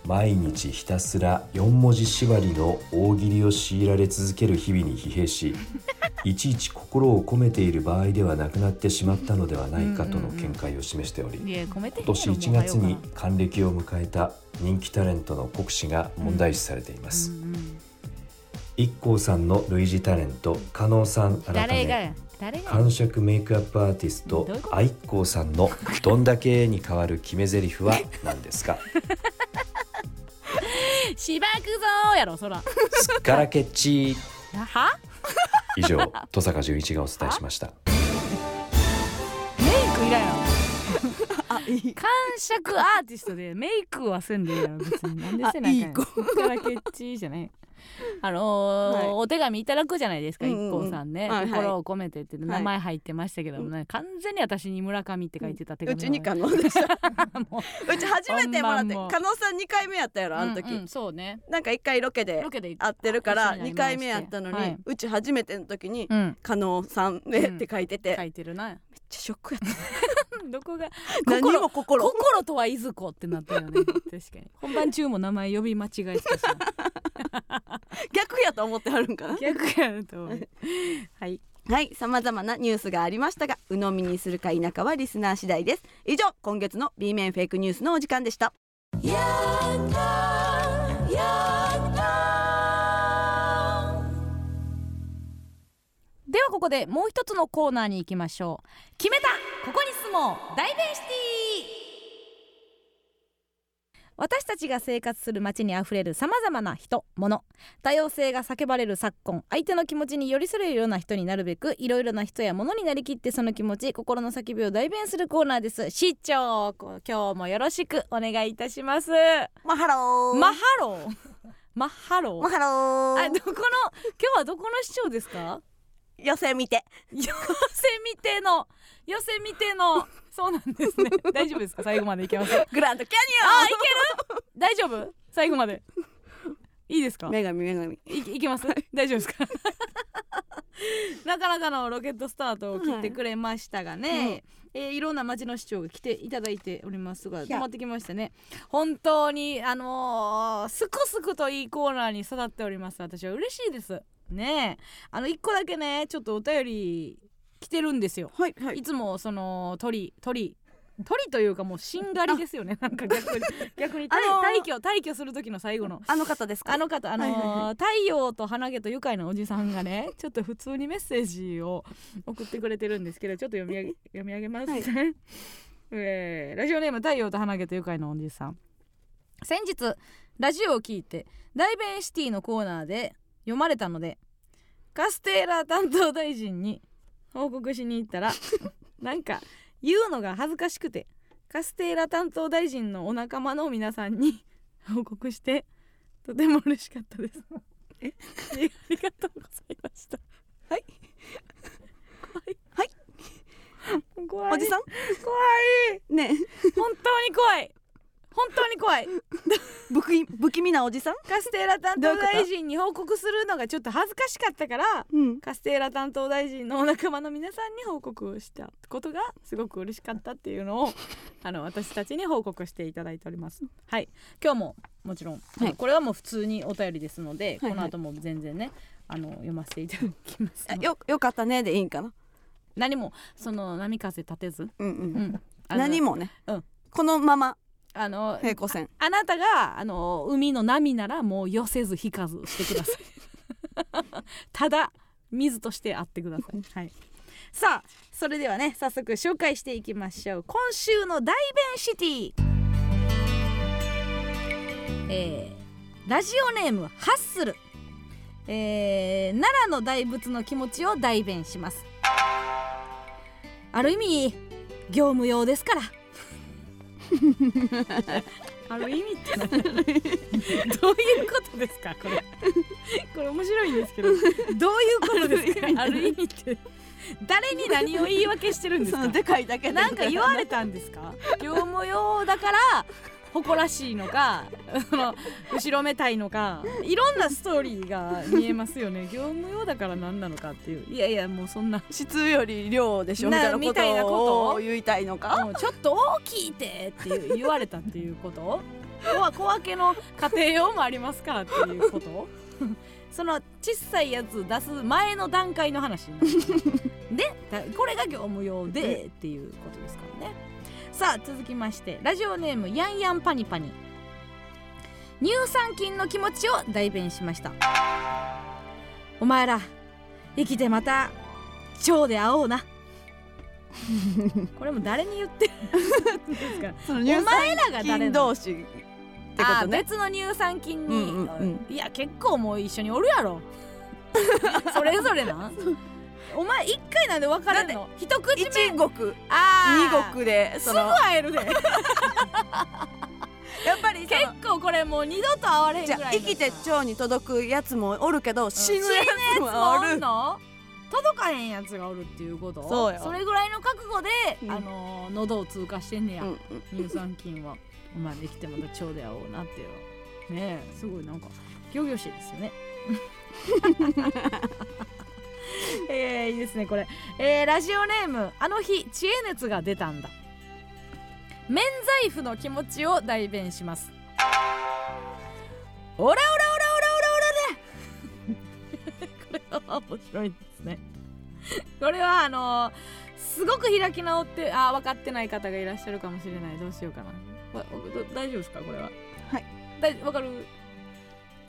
Speaker 6: 毎日ひたすら4文字縛りの大喜利を強いられ続ける日々に疲 弊しいちいち心を込めている場合ではなくなってしまったのではないかとの見解を示しており
Speaker 7: いや込めてへん
Speaker 6: 今年1
Speaker 7: やろ
Speaker 6: 月に還暦を迎えた人気タレントの国士が問題視されています、IKKO さんの類似タレント加納さん改
Speaker 7: 誰
Speaker 6: め
Speaker 7: が誰が
Speaker 6: 感触メイクアップアーティスト
Speaker 7: どういうこと
Speaker 6: 愛 k さんの「どんだけ」に変わる決め台詞は何です か
Speaker 7: しばくぞーやろそら
Speaker 6: すっからけっち
Speaker 7: は
Speaker 6: 以上戸坂純一がお伝えしました
Speaker 1: メイクいらんやろ
Speaker 2: あいい
Speaker 1: 感触アーティストでメイクはせんでいいやろ別になんでせなきゃ
Speaker 2: あいい子
Speaker 1: からけっちじゃない
Speaker 7: あのー
Speaker 2: はい
Speaker 7: お手紙いただくじゃないですか
Speaker 2: うん
Speaker 7: 一
Speaker 2: うんうん
Speaker 7: 行さんね、
Speaker 2: はいはい
Speaker 7: 心を込めてって名前入ってましたけども、
Speaker 2: は
Speaker 7: ね完全に私に村上って書いてた手
Speaker 2: う
Speaker 7: 紙
Speaker 2: ちに可能でした
Speaker 7: も
Speaker 2: うち初めてもらっ
Speaker 1: ほん
Speaker 2: て
Speaker 1: まもう
Speaker 2: 加納さん2回目やったやろあの時、
Speaker 7: うんうんそうね
Speaker 2: なんか1回ロケで
Speaker 7: ロケで行
Speaker 2: 会ってるか
Speaker 7: 一緒
Speaker 2: ら
Speaker 7: になりま
Speaker 2: 2
Speaker 7: して
Speaker 2: 回目やったのに、
Speaker 1: はいう
Speaker 2: ち初めての時に
Speaker 1: うん
Speaker 2: 「加納さんね」って書いてて、
Speaker 1: 書いてるな
Speaker 2: めっちゃショックやった
Speaker 7: どこが
Speaker 2: 何も心
Speaker 7: 心とはいずこってなったよね確かに本番中も名前呼び間違えてたしな
Speaker 2: 逆やと思ってはるんかな
Speaker 1: 逆やると思うはい
Speaker 2: はい様々なニュースがありましたが鵜呑みにするか否かはリスナー次第です以上今月の B 面フェイクニュースのお時間でした
Speaker 1: ではここでもう一つのコーナーに行きましょう決めたここに住もうダイベンシティ私たちが生活する街にあふれるさまざまな人物多様性が叫ばれる昨今相手の気持ちに寄り添えるような人になるべくいろいろな人や物になりきってその気持ち心の叫びを代弁するコーナーです市長こ今日もよろしくお願いいたします
Speaker 2: マハロー
Speaker 1: マハローマハロ
Speaker 2: マ
Speaker 1: ー
Speaker 2: ハロ
Speaker 1: あ
Speaker 2: ー
Speaker 1: どこの今日はどこの市長ですか
Speaker 2: 予選見て
Speaker 1: 寄せみての寄せみてのそうなんですね大丈夫ですか最後までいけますあい
Speaker 2: グランドキャ
Speaker 1: ける大丈夫最後までいいですか
Speaker 2: ニオン女神女神
Speaker 1: いいけます大丈夫ですかなかなかのロケットスタートを切ってくれましたがね、
Speaker 2: はい
Speaker 1: いえーいろんな町の市長が来ていただいておりますが
Speaker 2: いや
Speaker 1: 止まってきましたね本当にあのーすくすくといいコーナーに育っております私は嬉しいですねえあの一個だけねちょっとお便り来てるんですよ
Speaker 2: はいはいい
Speaker 1: つもその鳥鳥鳥というかもうしんがりですよねなんか逆 に逆に退
Speaker 2: あのー
Speaker 1: 退去退去する時の最後の
Speaker 2: あの方ですか
Speaker 1: あの方あのー
Speaker 2: はいはいは
Speaker 1: 太陽と花毛と愉快なおじさんがね ちょっと普通にメッセージを送ってくれてるんですけどちょっと読み上 げ読み上げますね、 えーラジオネーム太陽と花毛と愉快なおじさん先日ラジオを聞いてダイベンシティのコーナーで読まれたのでカステーラ担当大臣に報告しに行っ たらなんか言うのが恥ずかしくてカステーラ担当大臣のお仲間の皆さんに報告してとても嬉しかった です。え、ありがとうございました。
Speaker 2: はい。
Speaker 1: 怖い。はい。怖い。
Speaker 2: おじさん
Speaker 1: 怖い。
Speaker 2: ね
Speaker 1: 本当に怖い。本当に怖い。
Speaker 2: えなおじさん
Speaker 1: カステーラ担
Speaker 2: どうい
Speaker 1: 当
Speaker 2: うこと
Speaker 1: 大臣に報告するのがちょっと恥ずかしかったから
Speaker 2: うん
Speaker 1: カステーラ担当大臣のお仲間の皆さんに報告をしたことがすごく嬉しかったっていうのをあの私たちに報告していただいておりますはい今日ももちろん、
Speaker 2: はい
Speaker 1: これはもう普通にお便りですので、
Speaker 2: はいはい
Speaker 1: この後も全然ねあの読ませていただきます
Speaker 2: あよよかったねでいいんかな
Speaker 1: 何もその波風立てず、
Speaker 2: うんうん
Speaker 1: うん、
Speaker 2: 何
Speaker 1: も
Speaker 2: もね、
Speaker 1: うん
Speaker 2: このまま
Speaker 1: あの
Speaker 2: 平行線
Speaker 1: あなたがあの海の波ならもう寄せず引かずしてく ださいただ水としてあってください、はい、さあそれではね早速紹介していきましょう今週のダイベンシティえーラジオネームハッスル、えー奈良の大仏の気持ちを代弁しますある意味業務用ですから ある意味って 何どういうことですかこれ これ面白いんですけどどう いうことですかある意味って誰に何を言い訳してるんです
Speaker 2: そ
Speaker 1: か
Speaker 2: のでかいだけで
Speaker 1: なんか言われたんですか業務用だから誇らしいのかその後ろめたいのかいろんなストーリーが見えますよね業務用だから何なのかっていういやいやもうそんな
Speaker 2: 質より量でしょみ
Speaker 1: な
Speaker 2: たいな
Speaker 1: みたいな
Speaker 2: こ
Speaker 1: こと
Speaker 2: とを言いたいのか
Speaker 1: もうちょっと大きいてっていう言われたっていう こと小わ小分けの家庭用もありますからっていうこと その小さいやつ出す前の段階の話 になるでだこれが業務用でっていうことですからねさあ続きましてラジオネームやんやんパニパニ乳酸菌の気持ちを代弁しましたお前ら生きてまた蝶で会おうなこれも誰に言ってるんですか
Speaker 2: その
Speaker 1: お
Speaker 2: 乳
Speaker 1: 前
Speaker 2: 酸
Speaker 1: らが誰
Speaker 2: 菌
Speaker 1: なの
Speaker 2: 同士ってこ
Speaker 1: あ
Speaker 2: と
Speaker 1: ー
Speaker 2: ね
Speaker 1: 別の乳酸菌に、
Speaker 2: うんうん
Speaker 1: いや結構もう一緒におるやろ それぞれなお前一回なんで別れんの一口
Speaker 2: 一
Speaker 1: 目
Speaker 2: 国
Speaker 1: あー
Speaker 2: 二国ですそ
Speaker 1: ぐ
Speaker 2: の
Speaker 1: 会えるで
Speaker 2: やっぱりその
Speaker 1: 結構これもう二度と会われへんぐ
Speaker 2: じ
Speaker 1: らい
Speaker 2: ゃ
Speaker 1: の
Speaker 2: あ生きて腸に届くやつもおるけど死ぬやつも
Speaker 1: も
Speaker 2: お
Speaker 1: うおん
Speaker 2: る
Speaker 1: の届かへんやつがおるっていうこと
Speaker 2: そうよ
Speaker 1: れぐらいの覚悟で、
Speaker 2: うん
Speaker 1: あのー喉を通過してんねや、
Speaker 2: うん
Speaker 1: 乳酸菌はお前できてまた蝶で会おうなっていうねえすごいなんかギョギョしいですよねえー、いいですねこれ、えー、ラジオネームあの日知恵熱が出たんだ免罪符の気持ちを代弁しますオラオラオラオラオラオラだこれは面白いですねこれはあのーすごく開き直ってあー分かってない方がいらっしゃるかもしれないどうしようかなわど大丈夫ですかこれは
Speaker 2: はい
Speaker 1: だ分かる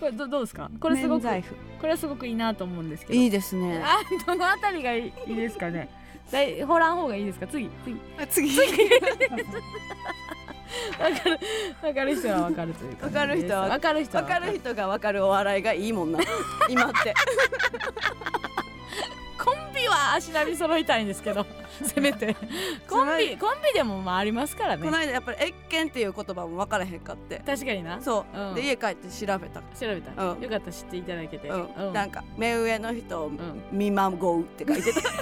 Speaker 1: これどどうですかこれすごく
Speaker 2: 免罪符
Speaker 1: これはすごくいいなと思うんですけど
Speaker 2: いいですね
Speaker 1: あどのあたりがいいいいですかねだいほらん方がいいですか次次
Speaker 2: 次
Speaker 1: わかるわかる人はわかるというか
Speaker 2: わかる人は
Speaker 1: わかる人は
Speaker 2: 分かる人が分かるお笑いがいいもんな 今って
Speaker 1: コンビは足並み揃えたいんですけ どせめてコンビコンビでもまあありますから
Speaker 2: この
Speaker 1: ね
Speaker 2: 間やっぱり「えっけん」っていう言葉も分からへんかって
Speaker 1: 確かにな調
Speaker 2: そう、
Speaker 1: うん
Speaker 2: で家帰って調べた、
Speaker 1: べたら、
Speaker 2: うん
Speaker 1: よかったら知っていただけて、
Speaker 2: うん
Speaker 1: うん
Speaker 2: なんか目上の人を
Speaker 1: ん
Speaker 2: 「見まごう」って書い てた
Speaker 1: あ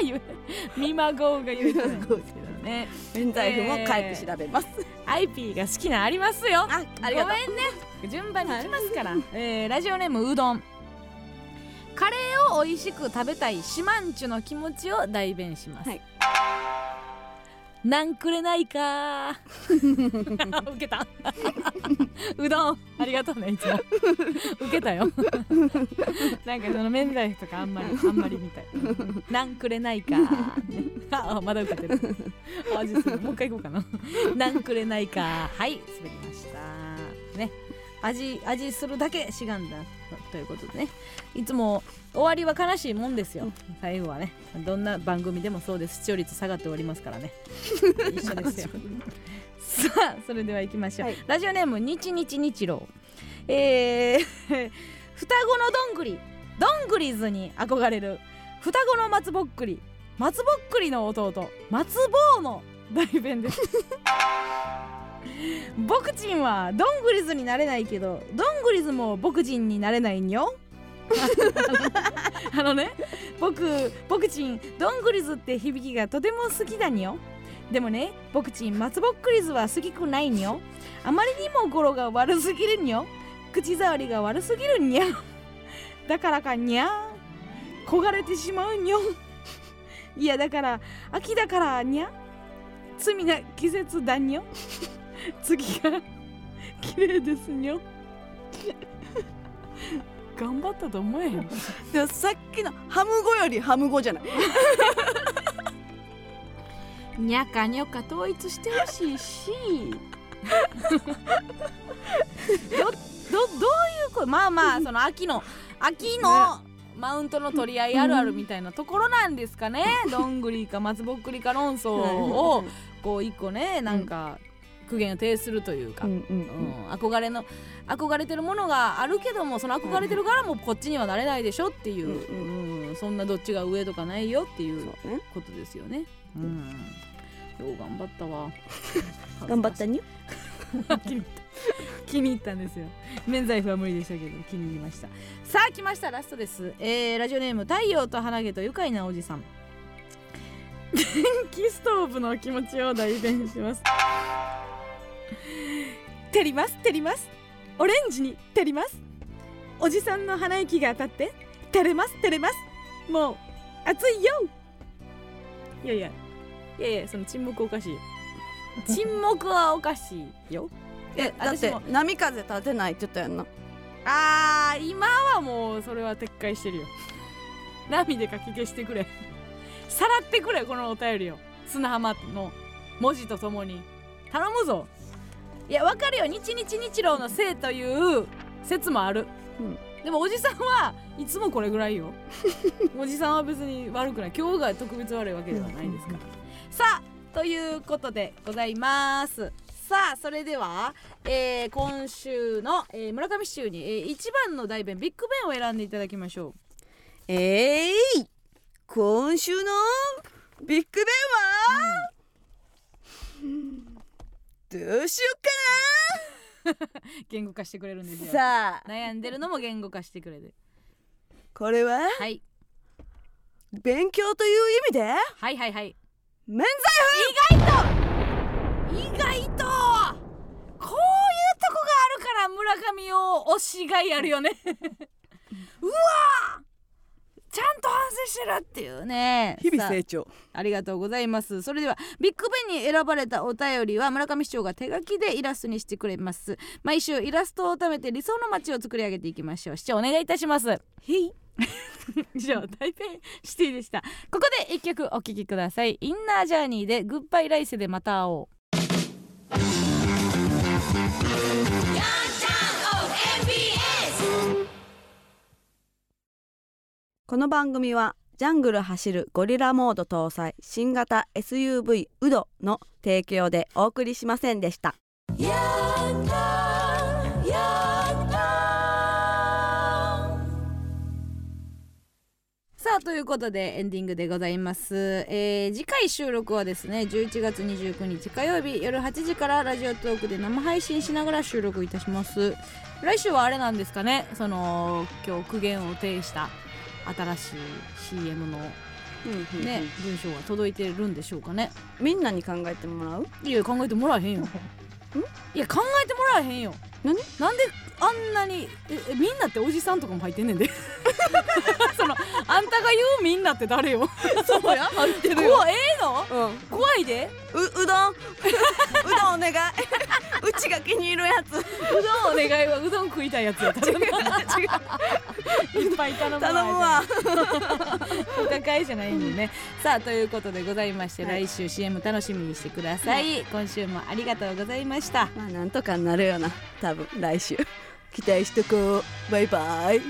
Speaker 1: 言え見まごうが言えてないんですけどね
Speaker 2: 免罪符も書いて調べます、
Speaker 1: アイピーが好きなありますよ
Speaker 2: あありがとう
Speaker 1: ごめんね順番に来ますから、えーラジオネームうどんカレーを美味しく食べたいシマンチュの気持ちを代弁します、
Speaker 2: はい
Speaker 1: なんくれないか ー受けたうどんありがとうねいつも受けたよなんかその免罪符とかあんまりあんまりみたいなんくれないかー、ね、あまだ受けてるあじゃあ次もう一回行こうかななんくれないかはい滑りましたね味味するだけ志願だということでねいつも終わりは悲しいもんですよ最後はねどんな番組でもそうです視聴率下がっておりますからね一緒ですよさあそれでは行きましょう、
Speaker 2: はい
Speaker 1: ラジオネーム日日日郎えー、 双子のどんぐりどんぐりずに憧れる双子の松ぼっくり松ぼっくりの弟松坊の代弁です僕ちんはどんぐりずになれないけどどんぐりずも僕ちんになれないにょ あのね僕僕ちんどんぐりずって響きがとても好きだにょでもね僕ちん松ぼっくりずは好きくないにょあまりにも語呂が悪すぎるにょ口触りが悪すぎるにゃだからかにゃ焦がれてしまうにょいやだから秋だからにゃ罪な季節だにょ次が綺麗ですにょ頑張ったと思えよ
Speaker 2: でもさっきのハム語よりハム語じゃない
Speaker 1: にゃかにょか統一してほしい しどどどういうことまあま あその秋の秋のマウントの取り合いあるあるみたいなところなんですかね、どん ぐりか松ぼっくりか論争をこう一個ねなんか苦言を呈するというか、
Speaker 2: うんうん
Speaker 1: うん、憧れの憧れてるものがあるけどもその憧れてるからもうこっちにはなれないでしょっていう、
Speaker 2: う
Speaker 1: うんそんなどっちが上とかないよっていう
Speaker 2: そうね
Speaker 1: ことですよね。うん、よう頑張った わ
Speaker 2: 頑張ったに
Speaker 1: 気に入った 気に入ったんですよ免罪符は無理でしたけど気に入りましたさあ来ましたラストです、えー、ラジオネーム太陽と花毛と愉快なおじさん電気ストーブの気持ちを代弁します照ります照りますオレンジに照りますおじさんの鼻息が当たって照れます照れますもう暑いよいやいやいやいやその沈黙おかしい沈黙はおかしいよ
Speaker 2: えだって
Speaker 1: 私も
Speaker 2: 波風立てないって言ったやんな
Speaker 1: あー今はもうそれは撤回してるよ波で書き消してくれさらってくれこのお便りを砂浜の文字とともに頼むぞいやわかるよ日日日郎のせいという説もある、
Speaker 2: うん
Speaker 1: でもおじさんはいつもこれぐらい よおじさんは別に悪くない今日が特別悪いわけではないですからさあということでございますさあそれでは、えー今週の、えー村上市中に、えー一番の代弁ビッグベンを選んでいただきましょ
Speaker 2: えい、今週のビッグベンは、どうしよ
Speaker 1: う言語化してくれるんです
Speaker 2: う
Speaker 1: よ
Speaker 2: かなさあ
Speaker 1: 悩んでるのも言語化してくれる
Speaker 2: これは
Speaker 1: はい
Speaker 2: 勉強という意味で
Speaker 1: はいはいはい
Speaker 2: 免罪
Speaker 1: 意外とこういうとこがあるから村上を推しがいあるよ ねうわちゃんと反省してるっていうね
Speaker 2: 符日々
Speaker 1: さあ
Speaker 2: 成長
Speaker 1: ありがとうございますそれではビッグベンに選ばれたお便りは村上市長が手書きでイラストにしてくれます毎週イラストを貯めて理想の街を作り上げていきましょう市長お願いいたしますへい 以上台北シティでしたここで一曲お聴きくださいインナージャーニーでグッバイ来世でまた会おう
Speaker 2: この番組はジャングル走るゴリラモード搭載新型 SUV ウドの提供でお送りしませんでした
Speaker 8: やったやった
Speaker 1: さあということでエンディングでございます、えー次回収録はですね11月29日火曜日夜8時からラジオトークで生配信しながら収録いたします来週はあれなんですかねその今日苦言を呈した新しい CM のね文章が届いてるんでしょうかね
Speaker 2: みんなに考えてもらう
Speaker 1: いや考えてもらえへんよいや考えてもらえへんよ
Speaker 2: 何
Speaker 1: なんであんなにええみんなっておじさんとかも入ってんねん でそのあんたが言うみんなって誰よ そうや入ってるよ怖ええの
Speaker 2: うんう
Speaker 1: 怖いで
Speaker 2: うどん うどんお願い うちが気に入るやつ
Speaker 1: うどんお願いはうどん食いたいやつやったいっぱい頼む
Speaker 2: 頼むわ
Speaker 1: お互いじゃないんでね、さあということでございまして、来週 CM 楽しみにしてください、今週もありがとうございました
Speaker 2: まあなんとかなるよな多分来週期待しとこうバイバイ